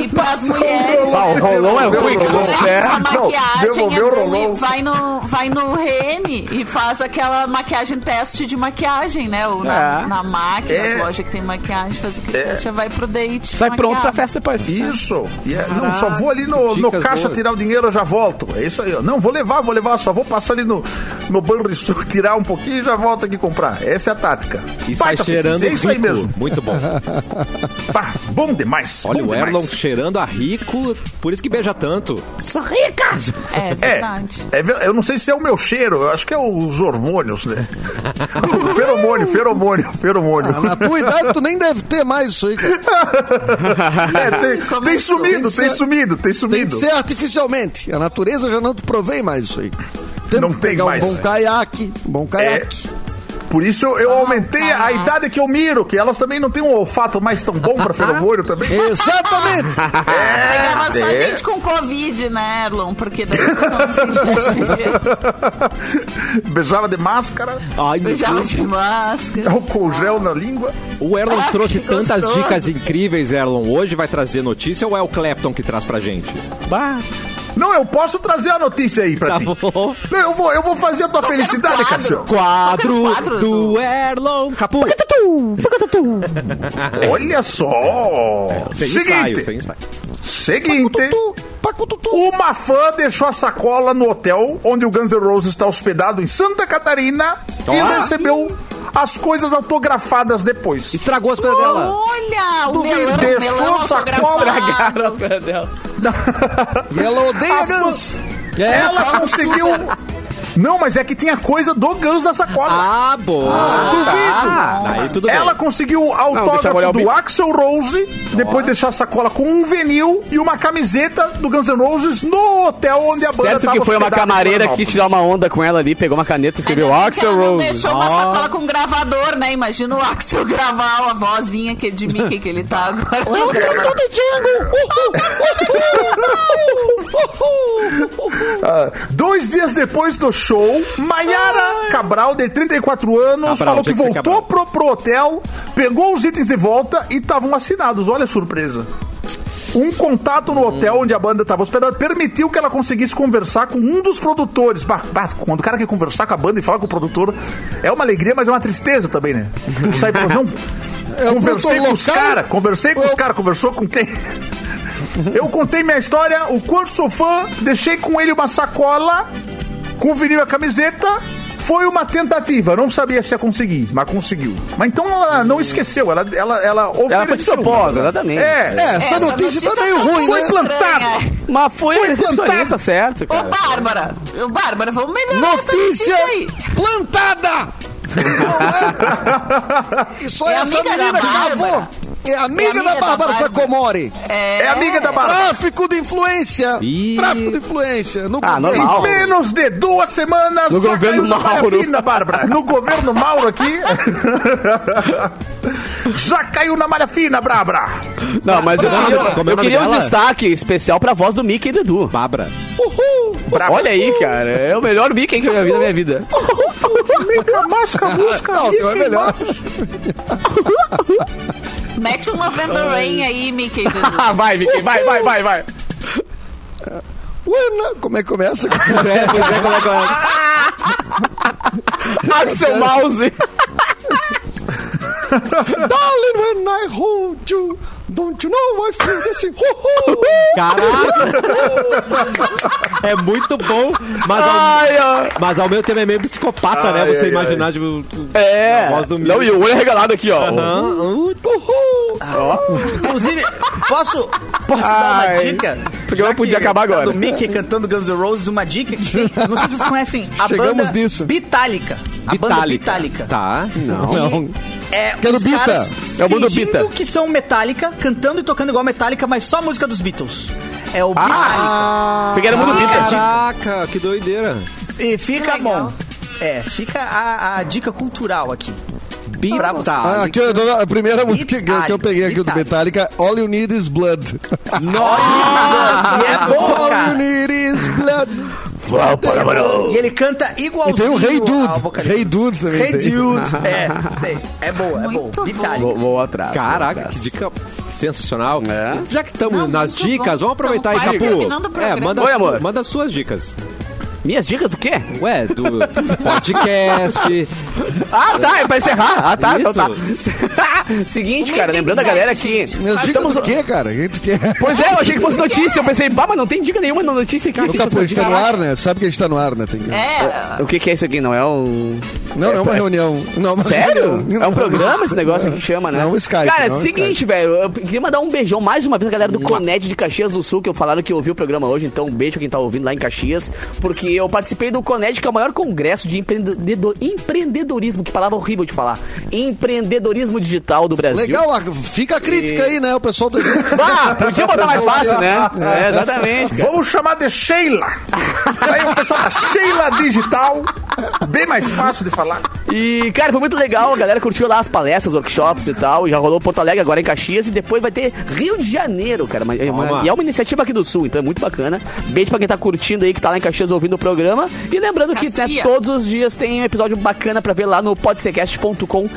Speaker 4: E pras mulheres.
Speaker 6: Ah, o rolão é
Speaker 8: Devolveu
Speaker 6: ruim,
Speaker 8: o
Speaker 6: que
Speaker 8: rolão.
Speaker 6: não
Speaker 4: né,
Speaker 6: é.
Speaker 4: a maquiagem
Speaker 8: um devolveu um-
Speaker 4: é
Speaker 8: o
Speaker 4: bom
Speaker 8: rolão.
Speaker 4: e vai no, vai no Rene e faz aquela maquiagem, teste de maquiagem, né? Ou na,
Speaker 6: É.
Speaker 4: na máquina,
Speaker 8: É.
Speaker 4: nas lojas que tem maquiagem, faz aquele teste, já vai pro date.
Speaker 6: Sai pronto pra
Speaker 4: maquiado.
Speaker 6: festa depois.
Speaker 8: Isso. E é- não, só vou ali no, no
Speaker 3: Dicas
Speaker 8: caixa
Speaker 3: boas.
Speaker 8: tirar o dinheiro, eu já volto. É isso aí. ó. Não, vou levar, vou levar. Só vou passar ali no, no banrisul, tirar um pouquinho e já volto aqui comprar. Essa é a tática.
Speaker 3: E sai
Speaker 8: Baita
Speaker 3: cheirando
Speaker 8: É isso aí
Speaker 3: rico.
Speaker 8: mesmo.
Speaker 3: Muito bom.
Speaker 8: Pá, bom demais.
Speaker 3: Olha
Speaker 8: bom
Speaker 3: o Erlon
Speaker 8: demais.
Speaker 3: cheirando a rico, por isso que beija tanto.
Speaker 4: É
Speaker 8: É,
Speaker 4: verdade.
Speaker 8: é, ver- eu não sei se é o meu cheiro, eu acho que é os hormônios, né? feromônio, feromônio, feromônio.
Speaker 7: Ah, Na tua idade, tu nem deve ter mais isso aí, cara.
Speaker 8: É, tem, tem
Speaker 4: Tem que
Speaker 8: sumido, tem
Speaker 7: ser-
Speaker 8: sumido, tem
Speaker 7: Tem que
Speaker 8: sumido.
Speaker 7: ser artificialmente. A natureza já não te provém mais isso aí. Tem
Speaker 8: Não
Speaker 7: que
Speaker 8: tem
Speaker 7: pegar
Speaker 8: mais. né?
Speaker 7: Um bom caiaque, um bom caiaque.
Speaker 8: Por isso eu, eu aumentei
Speaker 3: Ah.
Speaker 8: a idade que eu miro, que elas também não têm um olfato mais tão bom pra feromônio também.
Speaker 3: É,
Speaker 7: Exatamente!
Speaker 4: Pegava só
Speaker 8: é.
Speaker 4: gente com Covid, né, Erlon? Porque daí a pessoa não sentia cheiro.
Speaker 8: Beijava de máscara,
Speaker 3: Ai, meu
Speaker 4: Beijava
Speaker 3: Deus.
Speaker 4: de máscara.
Speaker 8: álcool gel na língua.
Speaker 3: O Erlon
Speaker 4: Ah,
Speaker 3: trouxe
Speaker 4: que
Speaker 3: tantas
Speaker 4: gostoso.
Speaker 3: dicas incríveis, Erlon. Hoje vai trazer notícia ou é o Clapton que traz pra gente?
Speaker 6: Bah.
Speaker 8: Não, eu posso trazer a notícia aí pra
Speaker 3: Tá
Speaker 8: ti.
Speaker 3: bom.
Speaker 8: Não, eu vou, eu vou fazer a tua
Speaker 4: quero
Speaker 8: felicidade,
Speaker 4: quadro.
Speaker 8: Cassio.
Speaker 3: Quadro,
Speaker 4: quadro
Speaker 3: do,
Speaker 4: do-
Speaker 3: Erlon Capu.
Speaker 8: Olha só.
Speaker 3: É, Sem
Speaker 8: seguinte,
Speaker 3: ensaio, sem ensaio.
Speaker 8: seguinte.
Speaker 7: Pacututu, pacututu.
Speaker 8: Uma fã deixou a sacola no hotel onde o Guns N' Roses está hospedado em Santa Catarina e recebeu as coisas autografadas depois.
Speaker 3: Estragou as coisas
Speaker 4: Uh!
Speaker 3: dela.
Speaker 4: Olha, o
Speaker 8: Duvido.
Speaker 4: melão,
Speaker 8: Deixou
Speaker 4: melão
Speaker 8: sacola.
Speaker 4: autografado.
Speaker 6: Cagaram as coisas dela.
Speaker 7: E ela odeia Gans.
Speaker 3: é
Speaker 8: Ela conseguiu. Não, mas é que tinha coisa do Guns na sacola.
Speaker 3: Ah, boa.
Speaker 6: Ah,
Speaker 3: Aí tudo
Speaker 8: Ela
Speaker 3: bem.
Speaker 8: conseguiu o
Speaker 6: deixa eu
Speaker 8: autógrafo
Speaker 6: olhar o
Speaker 8: do
Speaker 6: bico.
Speaker 8: Axel Rose, depois deixou a sacola com um vinil e uma camiseta do Guns N' Roses no hotel onde a banda
Speaker 6: Certo
Speaker 8: tava
Speaker 6: que foi uma
Speaker 8: hospedada em
Speaker 6: camareira que
Speaker 8: Florianópolis.
Speaker 6: tirou uma onda com ela ali, pegou uma caneta e escreveu
Speaker 4: Ainda bem que
Speaker 6: Axel
Speaker 4: ela não
Speaker 6: Rose.
Speaker 4: deixou uma sacola com gravador, né? Imagina o Axel gravar a vozinha que é de Mickey que ele tá agora.
Speaker 7: Eu grito de Django!
Speaker 8: Ah, dois dias depois do show, Maiara Cabral, de 34 anos,
Speaker 3: Cabral,
Speaker 8: falou que
Speaker 3: tinha que ser
Speaker 8: voltou pro, pro hotel, pegou os itens de volta e estavam assinados. Olha a surpresa. Um contato no hotel onde a banda estava hospedada permitiu que ela conseguisse conversar com um dos produtores. Bah, bah, quando o cara quer conversar com a banda e falar com o produtor, é uma alegria, mas é uma tristeza também, né? Tu sai pra. Não.
Speaker 7: É o
Speaker 8: conversei
Speaker 7: produtor
Speaker 8: com os
Speaker 7: local? É,
Speaker 8: caras, conversei com os caras, conversou com quem? Eu contei minha história, o quanto sou fã, deixei com ele uma sacola, com vinil e a camiseta. Foi uma tentativa, não sabia se ia conseguir, mas conseguiu. Mas então ela não esqueceu, ela ela ela
Speaker 6: Ela foi de
Speaker 8: ofereceu.
Speaker 6: propósito, exatamente.
Speaker 7: É,
Speaker 8: É,
Speaker 7: essa, notícia, tá meio
Speaker 4: tão
Speaker 7: ruim,
Speaker 8: foi
Speaker 7: né?
Speaker 8: plantada.
Speaker 4: estranha.
Speaker 6: Tá. Mas foi,
Speaker 8: Foi
Speaker 6: a recepcionista,
Speaker 8: plantado.
Speaker 6: certo,
Speaker 4: É. Ô,
Speaker 6: cara.
Speaker 4: Bárbara, ô, Bárbara, vamos melhorar essa
Speaker 7: Notícia
Speaker 4: notícia
Speaker 7: é
Speaker 4: aí.
Speaker 7: plantada! Não é? Isso
Speaker 4: É
Speaker 7: é, essa
Speaker 4: amiga da
Speaker 7: menina que gravou.
Speaker 4: Bárbara.
Speaker 7: É amiga,
Speaker 4: É amiga
Speaker 7: da
Speaker 4: da
Speaker 7: Bárbara
Speaker 4: Bárbara.
Speaker 7: Sacomori.
Speaker 8: É amiga da Bárbara.
Speaker 7: Tráfico de influência.
Speaker 3: Ih.
Speaker 7: Tráfico de influência. No
Speaker 6: Ah,
Speaker 7: governo.
Speaker 6: normal.
Speaker 8: Menos de duas semanas
Speaker 9: No
Speaker 8: já
Speaker 9: governo
Speaker 8: caiu na malha
Speaker 9: Mauro.
Speaker 8: fina, Bárbara. No governo Mauro aqui. já caiu na malha fina, Bárbara.
Speaker 6: Não, mas eu,
Speaker 3: Bárbara,
Speaker 6: queria-
Speaker 3: como é o
Speaker 6: eu
Speaker 3: nome
Speaker 6: queria um
Speaker 3: dela?
Speaker 6: destaque especial pra voz do Mickey e do Edu.
Speaker 3: Bárbara.
Speaker 8: Braba.
Speaker 6: Olha aí, cara. É o melhor Mickey que eu já vi na minha vida.
Speaker 7: Não, o teu é melhor.
Speaker 4: Mete um November Rain aí, Mickey. Dudu.
Speaker 6: Ah, vai, Mickey. Vai, vai, vai, vai.
Speaker 7: Ué, não, como é que é? começa?
Speaker 6: Axel Mouse.
Speaker 7: Darling, when I hold you, don't you know I feel this? Uhul.
Speaker 3: Caraca! é muito bom, mas ao,
Speaker 6: Ai, ó.
Speaker 3: mas ao mesmo tempo é meio psicopata, né?
Speaker 8: Ai,
Speaker 3: Você
Speaker 8: ai,
Speaker 3: imaginar, tipo.
Speaker 6: É.
Speaker 3: A voz do
Speaker 6: Não,
Speaker 3: Mickey.
Speaker 6: e o olho é regalado aqui, ó.
Speaker 5: Inclusive, posso, posso dar uma
Speaker 6: Ai.
Speaker 5: dica?
Speaker 6: Porque eu
Speaker 5: Já
Speaker 6: podia
Speaker 5: que
Speaker 6: acabar
Speaker 5: tá
Speaker 6: agora.
Speaker 5: Do Mickey cantando Guns N' Roses, uma dica que não sei se vocês conhecem a
Speaker 7: Chegamos
Speaker 5: banda
Speaker 7: nisso.
Speaker 5: Bitálica. A banda Bitálica.
Speaker 3: Tá. Não.
Speaker 7: Não.
Speaker 5: É,
Speaker 7: Que é do
Speaker 5: os
Speaker 7: Bita.
Speaker 5: caras
Speaker 6: É o mundo
Speaker 5: fingindo
Speaker 6: Bita.
Speaker 5: que são Metallica, cantando e tocando igual Metallica, mas só música dos Beatles. É o
Speaker 6: Porque era o mundo Peter.
Speaker 3: Caraca, que doideira.
Speaker 5: Bitálica. E fica
Speaker 4: Que legal.
Speaker 5: bom. É, fica a, a dica cultural aqui. Pra você.
Speaker 7: Ah,
Speaker 3: Bita.
Speaker 7: aqui, eu tô- a primeira música que eu- que eu peguei aqui do
Speaker 5: Metallica.
Speaker 7: Metallica, All You Need Is Blood. Ah,
Speaker 5: E é bom,
Speaker 7: All You
Speaker 5: cara.
Speaker 7: Need Is Blood.
Speaker 5: E ele canta
Speaker 7: E
Speaker 5: igualzinho
Speaker 7: tem o Rei
Speaker 5: ao
Speaker 7: Dude.
Speaker 5: vocalista.
Speaker 7: Rei Dude também.
Speaker 5: Hey
Speaker 7: tem.
Speaker 5: Dude. É, tem. É boa, é boa.
Speaker 4: Muito
Speaker 5: Bitálica.
Speaker 6: Vou, vou atrás.
Speaker 3: Caraca,
Speaker 6: vou
Speaker 3: que
Speaker 6: atrás.
Speaker 3: dica sensacional.
Speaker 6: É.
Speaker 3: Já que estamos
Speaker 4: Não,
Speaker 3: nas
Speaker 4: muito
Speaker 3: dicas,
Speaker 4: bom.
Speaker 3: vamos aproveitar aí,
Speaker 4: Tamo quase
Speaker 3: Capu.
Speaker 4: terminando o
Speaker 3: É,
Speaker 4: programa.
Speaker 3: manda,
Speaker 6: Oi, amor.
Speaker 3: manda as suas dicas.
Speaker 6: Minhas dicas do quê?
Speaker 3: Ué, do podcast.
Speaker 6: Ah, tá, é pra encerrar. Ah, tá, então tá. Seguinte,
Speaker 7: é
Speaker 4: Uma
Speaker 6: cara, lembrando a
Speaker 4: intimidade,
Speaker 6: galera que.
Speaker 4: gente.
Speaker 7: Minhas dicas
Speaker 6: Estamos...
Speaker 7: do quê, cara? O que tu quer?
Speaker 6: Pois é, eu achei que fosse notícia. Eu pensei, pá, mas não tem dica nenhuma na notícia aqui. achei que
Speaker 7: Nunca
Speaker 6: fosse
Speaker 7: pô, a gente tá no
Speaker 6: notícia.
Speaker 7: ar, né? Tu Sabe que a gente tá no ar, né? Tem-
Speaker 4: É,
Speaker 6: O que, que é isso aqui? Não é um.
Speaker 7: Não, não é uma
Speaker 6: é-
Speaker 7: reunião. Não, é uma
Speaker 6: Sério?
Speaker 7: reunião.
Speaker 6: É um programa esse negócio que chama, né?
Speaker 7: Não, o Skype,
Speaker 6: Cara, é
Speaker 7: não, o
Speaker 6: seguinte, velho. Eu queria mandar um beijão mais uma vez na galera do Coned de Caxias do Sul, que falaram que ouviu o programa hoje. Então, um beijo pra quem tá ouvindo lá em Caxias. Porque eu participei do Coned, que é o maior congresso de empreendedor- empreendedorismo. Que palavra horrível de falar. Empreendedorismo digital do Brasil.
Speaker 7: Legal, a- fica a crítica aí, né? O pessoal tá...
Speaker 6: Ah, podia botar mais fácil, né? É, exatamente. cara.
Speaker 8: Vamos chamar de Sheila. Aí o pessoal da Sheila Digital. Bem mais fácil de falar.
Speaker 6: E, cara, foi muito legal. A galera curtiu lá as palestras, workshops e tal. E já rolou Porto Alegre, agora em Caxias. E depois vai ter Rio de Janeiro, cara. Mas- é uma-
Speaker 3: Toma.
Speaker 6: e é uma iniciativa aqui do Sul, então é muito bacana. Beijo pra quem tá curtindo aí, que tá lá em Caxias ouvindo o programa. E lembrando que né,
Speaker 4: Cacia.
Speaker 6: todos os dias tem um episódio bacana pra ver lá no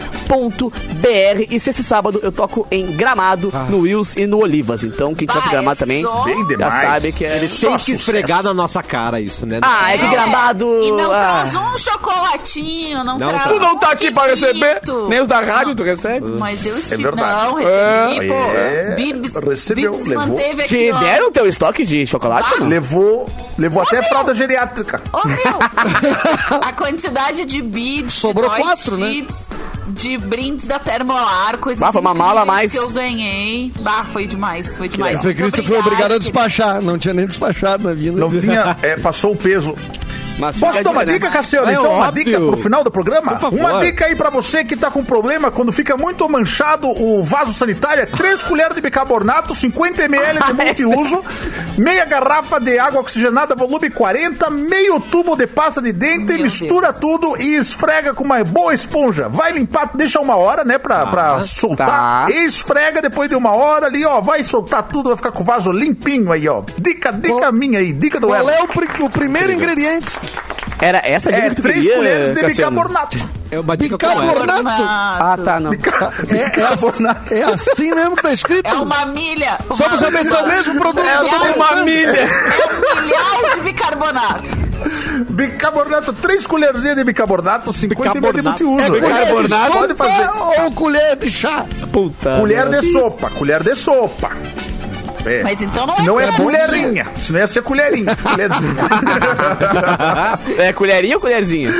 Speaker 6: podsequest.com.br. E sexta e sábado eu toco em Gramado,
Speaker 8: Ah.
Speaker 6: no Wills e no Olivas. Então, quem quiser
Speaker 4: Bah,
Speaker 6: pro Gramado
Speaker 4: é
Speaker 6: também,
Speaker 4: só-
Speaker 8: Bem
Speaker 6: já
Speaker 8: demais.
Speaker 6: sabe que é...
Speaker 3: Tem que esfregar na nossa cara isso, né?
Speaker 6: Ah, é que Gramado...
Speaker 4: E não
Speaker 6: ah.
Speaker 4: traz um chocolatinho,
Speaker 3: Não
Speaker 4: não, traz.
Speaker 3: traz.
Speaker 6: Tu não tá
Speaker 4: um
Speaker 6: aqui pra receber,
Speaker 4: quequito.
Speaker 6: nem os da rádio tu recebe.
Speaker 4: Mas eu estive.
Speaker 8: É verdade.
Speaker 4: não, recebi, pô.
Speaker 8: É.
Speaker 4: Bibs,
Speaker 8: Recebeu,
Speaker 4: Bibs
Speaker 8: levou.
Speaker 4: manteve aqui.
Speaker 6: Te
Speaker 4: ó. Ah.
Speaker 6: deram o teu estoque de chocolate? ou não?
Speaker 8: Levou, levou até fralda geriátrica.
Speaker 4: Ô, meu! a quantidade de bibs,
Speaker 7: Sobrou
Speaker 4: de Dói
Speaker 7: quatro, né?
Speaker 4: chips, de brindes da Termolar, coisas
Speaker 6: Bah, foi uma mala a
Speaker 4: incríveis
Speaker 6: mais.
Speaker 4: que eu ganhei. Bah, foi demais, foi demais.
Speaker 7: A Cristo foi obrigado a despachar. Não tinha nem despachado na vida.
Speaker 8: Não tinha, é, passou o peso.
Speaker 6: Mas
Speaker 8: Posso
Speaker 6: fica
Speaker 8: dar uma
Speaker 6: de-
Speaker 8: dica, Cassiano?
Speaker 3: É
Speaker 8: então, uma
Speaker 3: óbvio.
Speaker 8: dica pro final do programa?
Speaker 3: Por favor.
Speaker 8: Uma dica aí pra você que tá com problema quando fica muito manchado o vaso sanitário: é 3 colheres de bicarbonato, 50
Speaker 3: Ah,
Speaker 8: ml de
Speaker 3: é
Speaker 8: multiuso, meia garrafa de água oxigenada, volume 40, meio tubo de pasta de dente, mistura tudo e esfrega com uma boa esponja. Vai limpar, deixa uma hora, né, pra,
Speaker 3: Ah,
Speaker 8: pra soltar.
Speaker 6: tá.
Speaker 8: Esfrega depois de uma hora ali, ó, vai soltar tudo, vai ficar com o vaso limpinho aí, ó. Dica, dica
Speaker 7: Qual-
Speaker 8: minha aí, dica do
Speaker 7: Qual
Speaker 8: Elton.
Speaker 7: é o, pri- o primeiro ingrediente?
Speaker 6: Era essa dica
Speaker 8: É,
Speaker 6: que tu
Speaker 8: três
Speaker 6: queria,
Speaker 8: colheres de
Speaker 6: Cassiano?
Speaker 8: bicarbonato.
Speaker 3: Eu bati com a
Speaker 7: Bicarbonato.
Speaker 6: Ah, tá, não.
Speaker 7: É, é ass- é assim mesmo que tá escrito?
Speaker 4: É uma milha.
Speaker 7: Só pra saber se é o mesmo produto.
Speaker 4: É
Speaker 7: que eu tô
Speaker 4: uma
Speaker 7: pensando.
Speaker 4: É um milhão de bicarbonato.
Speaker 8: Bicarbonato, três colherzinhas de bicarbonato, 50 ml de
Speaker 3: Bicarbonato.
Speaker 8: multiuso.
Speaker 7: É colher de
Speaker 8: Bicarbonato pode fazer.
Speaker 7: sopa ou colher de chá?
Speaker 9: Puta.
Speaker 8: Colher
Speaker 6: né?
Speaker 9: merda.
Speaker 8: de sopa, colher de sopa. É.
Speaker 4: Mas então não é
Speaker 8: Se não é
Speaker 4: colher.
Speaker 8: colherinha. Se não ia ser colherinha. colherzinha.
Speaker 6: É colherinha ou colherzinha?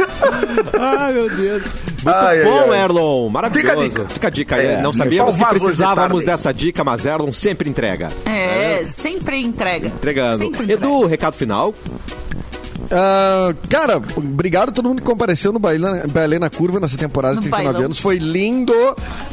Speaker 3: Ah, Ai, meu Deus. Muito
Speaker 8: Ai, ai,
Speaker 3: bom,
Speaker 8: ai.
Speaker 3: Erlon. Maravilhoso.
Speaker 8: Fica a dica.
Speaker 3: Fica a dica aí.
Speaker 8: É.
Speaker 3: Não
Speaker 8: Qual
Speaker 3: sabíamos que
Speaker 8: vaso hoje de
Speaker 3: precisávamos
Speaker 8: tarde?
Speaker 3: dessa dica, mas Erlon sempre entrega.
Speaker 4: É, sempre entrega.
Speaker 3: Entregando.
Speaker 4: Sempre
Speaker 3: Edu, recado final.
Speaker 7: Ah, cara, obrigado a todo mundo que compareceu no Bailê, Bailê na Curva nessa temporada de
Speaker 4: No
Speaker 7: 39
Speaker 4: bailão.
Speaker 7: anos. Foi lindo,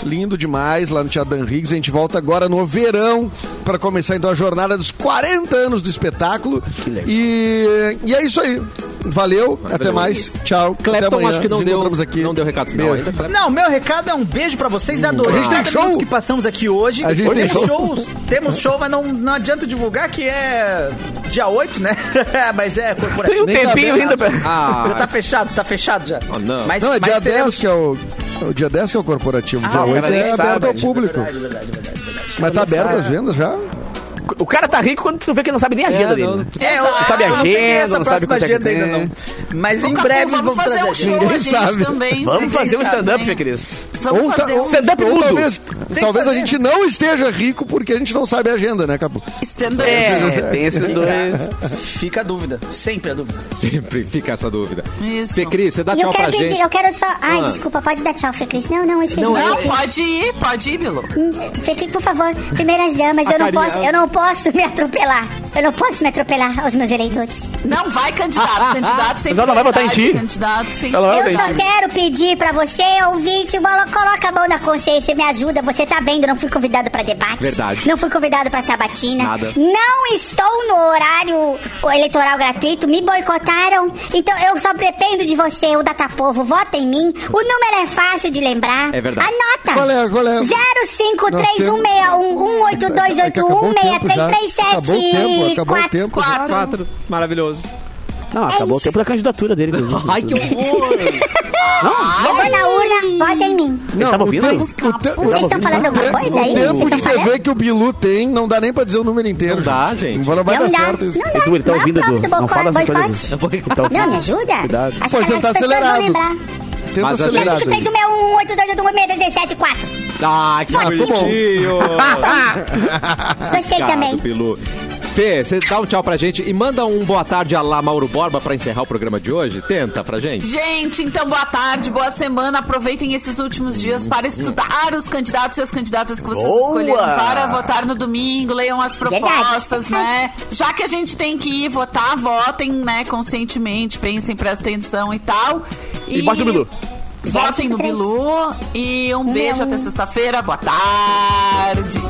Speaker 7: lindo demais lá no Teatro Dan Riggs. A gente volta agora no verão para começar então a jornada dos 40 anos do espetáculo. E, e é isso aí. Valeu, até mais. Tchau. até
Speaker 3: Clapton,
Speaker 7: amanhã.
Speaker 3: acho que não
Speaker 7: Nos
Speaker 3: deu,
Speaker 7: encontramos aqui.
Speaker 3: não deu recado final
Speaker 7: Beijo.
Speaker 3: ainda. Clapton.
Speaker 5: Não, meu recado é um beijo pra vocês. Adorei
Speaker 7: A gente tem
Speaker 5: cada
Speaker 7: show?
Speaker 5: minuto que passamos aqui hoje.
Speaker 7: A gente tem
Speaker 5: temos
Speaker 7: show?
Speaker 5: shows. Temos show, mas não, não adianta divulgar que é dia 8, né? mas é
Speaker 6: Tem
Speaker 5: corporativo.
Speaker 6: um tempinho ainda pra...
Speaker 3: Ah,
Speaker 5: Já tá fechado, tá fechado já.
Speaker 3: Ah, não.
Speaker 5: Mas,
Speaker 7: Não, é
Speaker 5: mas
Speaker 7: dia 10
Speaker 5: teremos-
Speaker 7: que é o. é O dia 10 que é o corporativo, dia
Speaker 5: Ah,
Speaker 7: 8
Speaker 6: cara,
Speaker 7: é
Speaker 6: nem
Speaker 7: aberto
Speaker 6: sabe,
Speaker 7: ao
Speaker 6: gente.
Speaker 7: público.
Speaker 5: Verdade, verdade, verdade, verdade.
Speaker 7: Mas tá aberto as vendas já?
Speaker 6: O cara tá rico quando tu vê que ele não sabe nem a agenda dele. né?
Speaker 5: É, eu,
Speaker 6: Sabe
Speaker 5: eu não peguei
Speaker 6: agenda,
Speaker 5: essa
Speaker 6: não sabe
Speaker 5: próxima
Speaker 6: quanto é que
Speaker 5: agenda ainda
Speaker 6: tem.
Speaker 5: não. Mas em
Speaker 4: Ô, Capu,
Speaker 5: breve
Speaker 4: vamos
Speaker 5: vamos
Speaker 4: fazer
Speaker 5: trazer
Speaker 4: um
Speaker 5: agenda.
Speaker 4: show,
Speaker 7: Ninguém
Speaker 4: a gente
Speaker 7: sabe.
Speaker 4: também.
Speaker 6: Vamos fazer um
Speaker 4: sabe,
Speaker 6: stand-up,
Speaker 4: hein?
Speaker 6: minha Cris.
Speaker 4: Vamos
Speaker 7: Ou ta-
Speaker 4: fazer um
Speaker 6: stand-up
Speaker 7: ou
Speaker 6: mudo.
Speaker 7: talvez, talvez a
Speaker 5: fazer.
Speaker 7: gente não esteja rico porque a gente não sabe a agenda, né, Capu?
Speaker 4: stand-up.
Speaker 6: É, tem esses dois.
Speaker 5: Fica a dúvida, sempre a dúvida.
Speaker 3: Sempre fica essa dúvida.
Speaker 4: Isso.
Speaker 3: Fê Cris, você dá
Speaker 10: E eu
Speaker 3: tchau pra
Speaker 10: quero pedir,
Speaker 3: gente.
Speaker 10: eu quero só. Ai, desculpa, pode dar tchau, Fê Cris. Não, não, eu esqueci.
Speaker 4: Não, é-
Speaker 10: Não,
Speaker 4: pode ir, pode ir, Bilu.
Speaker 10: Fê Cris, por favor, primeiras damas, eu não,
Speaker 3: Carinha.
Speaker 10: posso, eu não posso me atropelar. Eu não posso me atropelar aos meus eleitores.
Speaker 4: Não vai candidato, candidato tem
Speaker 6: Mas ela vai botar em ti.
Speaker 4: Candidato tem
Speaker 6: Ela vai-
Speaker 10: Eu
Speaker 6: bem,
Speaker 10: só
Speaker 6: Felipe.
Speaker 10: quero pedir pra você, ouvinte, bolo- coloca a mão na consciência, me ajuda. Você tá vendo, eu não fui convidado pra debate.
Speaker 3: Verdade.
Speaker 10: Não fui convidado pra sabatina.
Speaker 3: Nada.
Speaker 10: Não estou no horário eleitoral gratuito, me boicotaram. Então eu só dependo de você, o Datapovo. Vota em mim. O número é fácil de lembrar.
Speaker 3: É verdade.
Speaker 10: Anota.
Speaker 7: Qual é? Qual é? É que acabou o tempo já. Acabou o tempo, acabou o
Speaker 10: 05316816821-6374.
Speaker 7: tempo. já.
Speaker 3: Quatro. Maravilhoso.
Speaker 6: Não, acabou o tempo da candidatura dele, inclusive.
Speaker 3: Ai, que horror.
Speaker 10: Eu vou na urna, vota em mim.
Speaker 6: Ele tava
Speaker 7: o
Speaker 6: ouvindo aí?
Speaker 7: tempo-
Speaker 10: Ah,
Speaker 7: o te-
Speaker 10: Vocês estão falando alguma
Speaker 7: o
Speaker 10: coisa
Speaker 7: tempo
Speaker 10: aí? Vocês
Speaker 7: de
Speaker 10: estão falando?
Speaker 7: TV que o Bilu tem, não dá nem pra dizer o número inteiro.
Speaker 3: Não dá, gente.
Speaker 7: Não vai
Speaker 10: Não
Speaker 7: dar
Speaker 10: dá.
Speaker 7: certo isso.
Speaker 10: Não dá.
Speaker 6: Edu, ele tá
Speaker 10: Não é
Speaker 6: ouvindo,
Speaker 10: próprio
Speaker 6: Edu.
Speaker 10: do
Speaker 6: Não fala essas
Speaker 10: boicote.
Speaker 6: coisas. Ele tá ouvindo.
Speaker 10: Não, me ajuda?
Speaker 6: Cuidado.
Speaker 10: As
Speaker 7: Pode tentar
Speaker 10: caras- as pessoas vão
Speaker 7: tá acelerado.
Speaker 10: lembrar.
Speaker 7: Tenta
Speaker 3: Mas a gente-
Speaker 7: acelerado. aí.
Speaker 10: 3361-8281-6374.
Speaker 3: Ah, que
Speaker 10: Vai, tá bom.
Speaker 3: bonitinho.
Speaker 7: Ah,
Speaker 10: Gostei
Speaker 3: Obrigado,
Speaker 10: também.
Speaker 3: Bilu. Fê, você dá um tchau pra gente e manda um boa tarde a lá Mauro Borba pra encerrar o programa de hoje? Tenta pra gente.
Speaker 4: Gente, então boa tarde, boa semana. Aproveitem esses últimos dias para estudar os candidatos e as candidatas que vocês
Speaker 6: Uhum. Boa!
Speaker 4: escolheram para votar no domingo. Leiam as propostas,
Speaker 10: Verdade.
Speaker 4: né? Já que a gente tem que ir votar, votem, né? Conscientemente, pensem, prestem atenção e tal.
Speaker 6: E bota o Bilu.
Speaker 4: Votem no Bilu. E um beijo até sexta-feira. Boa tarde.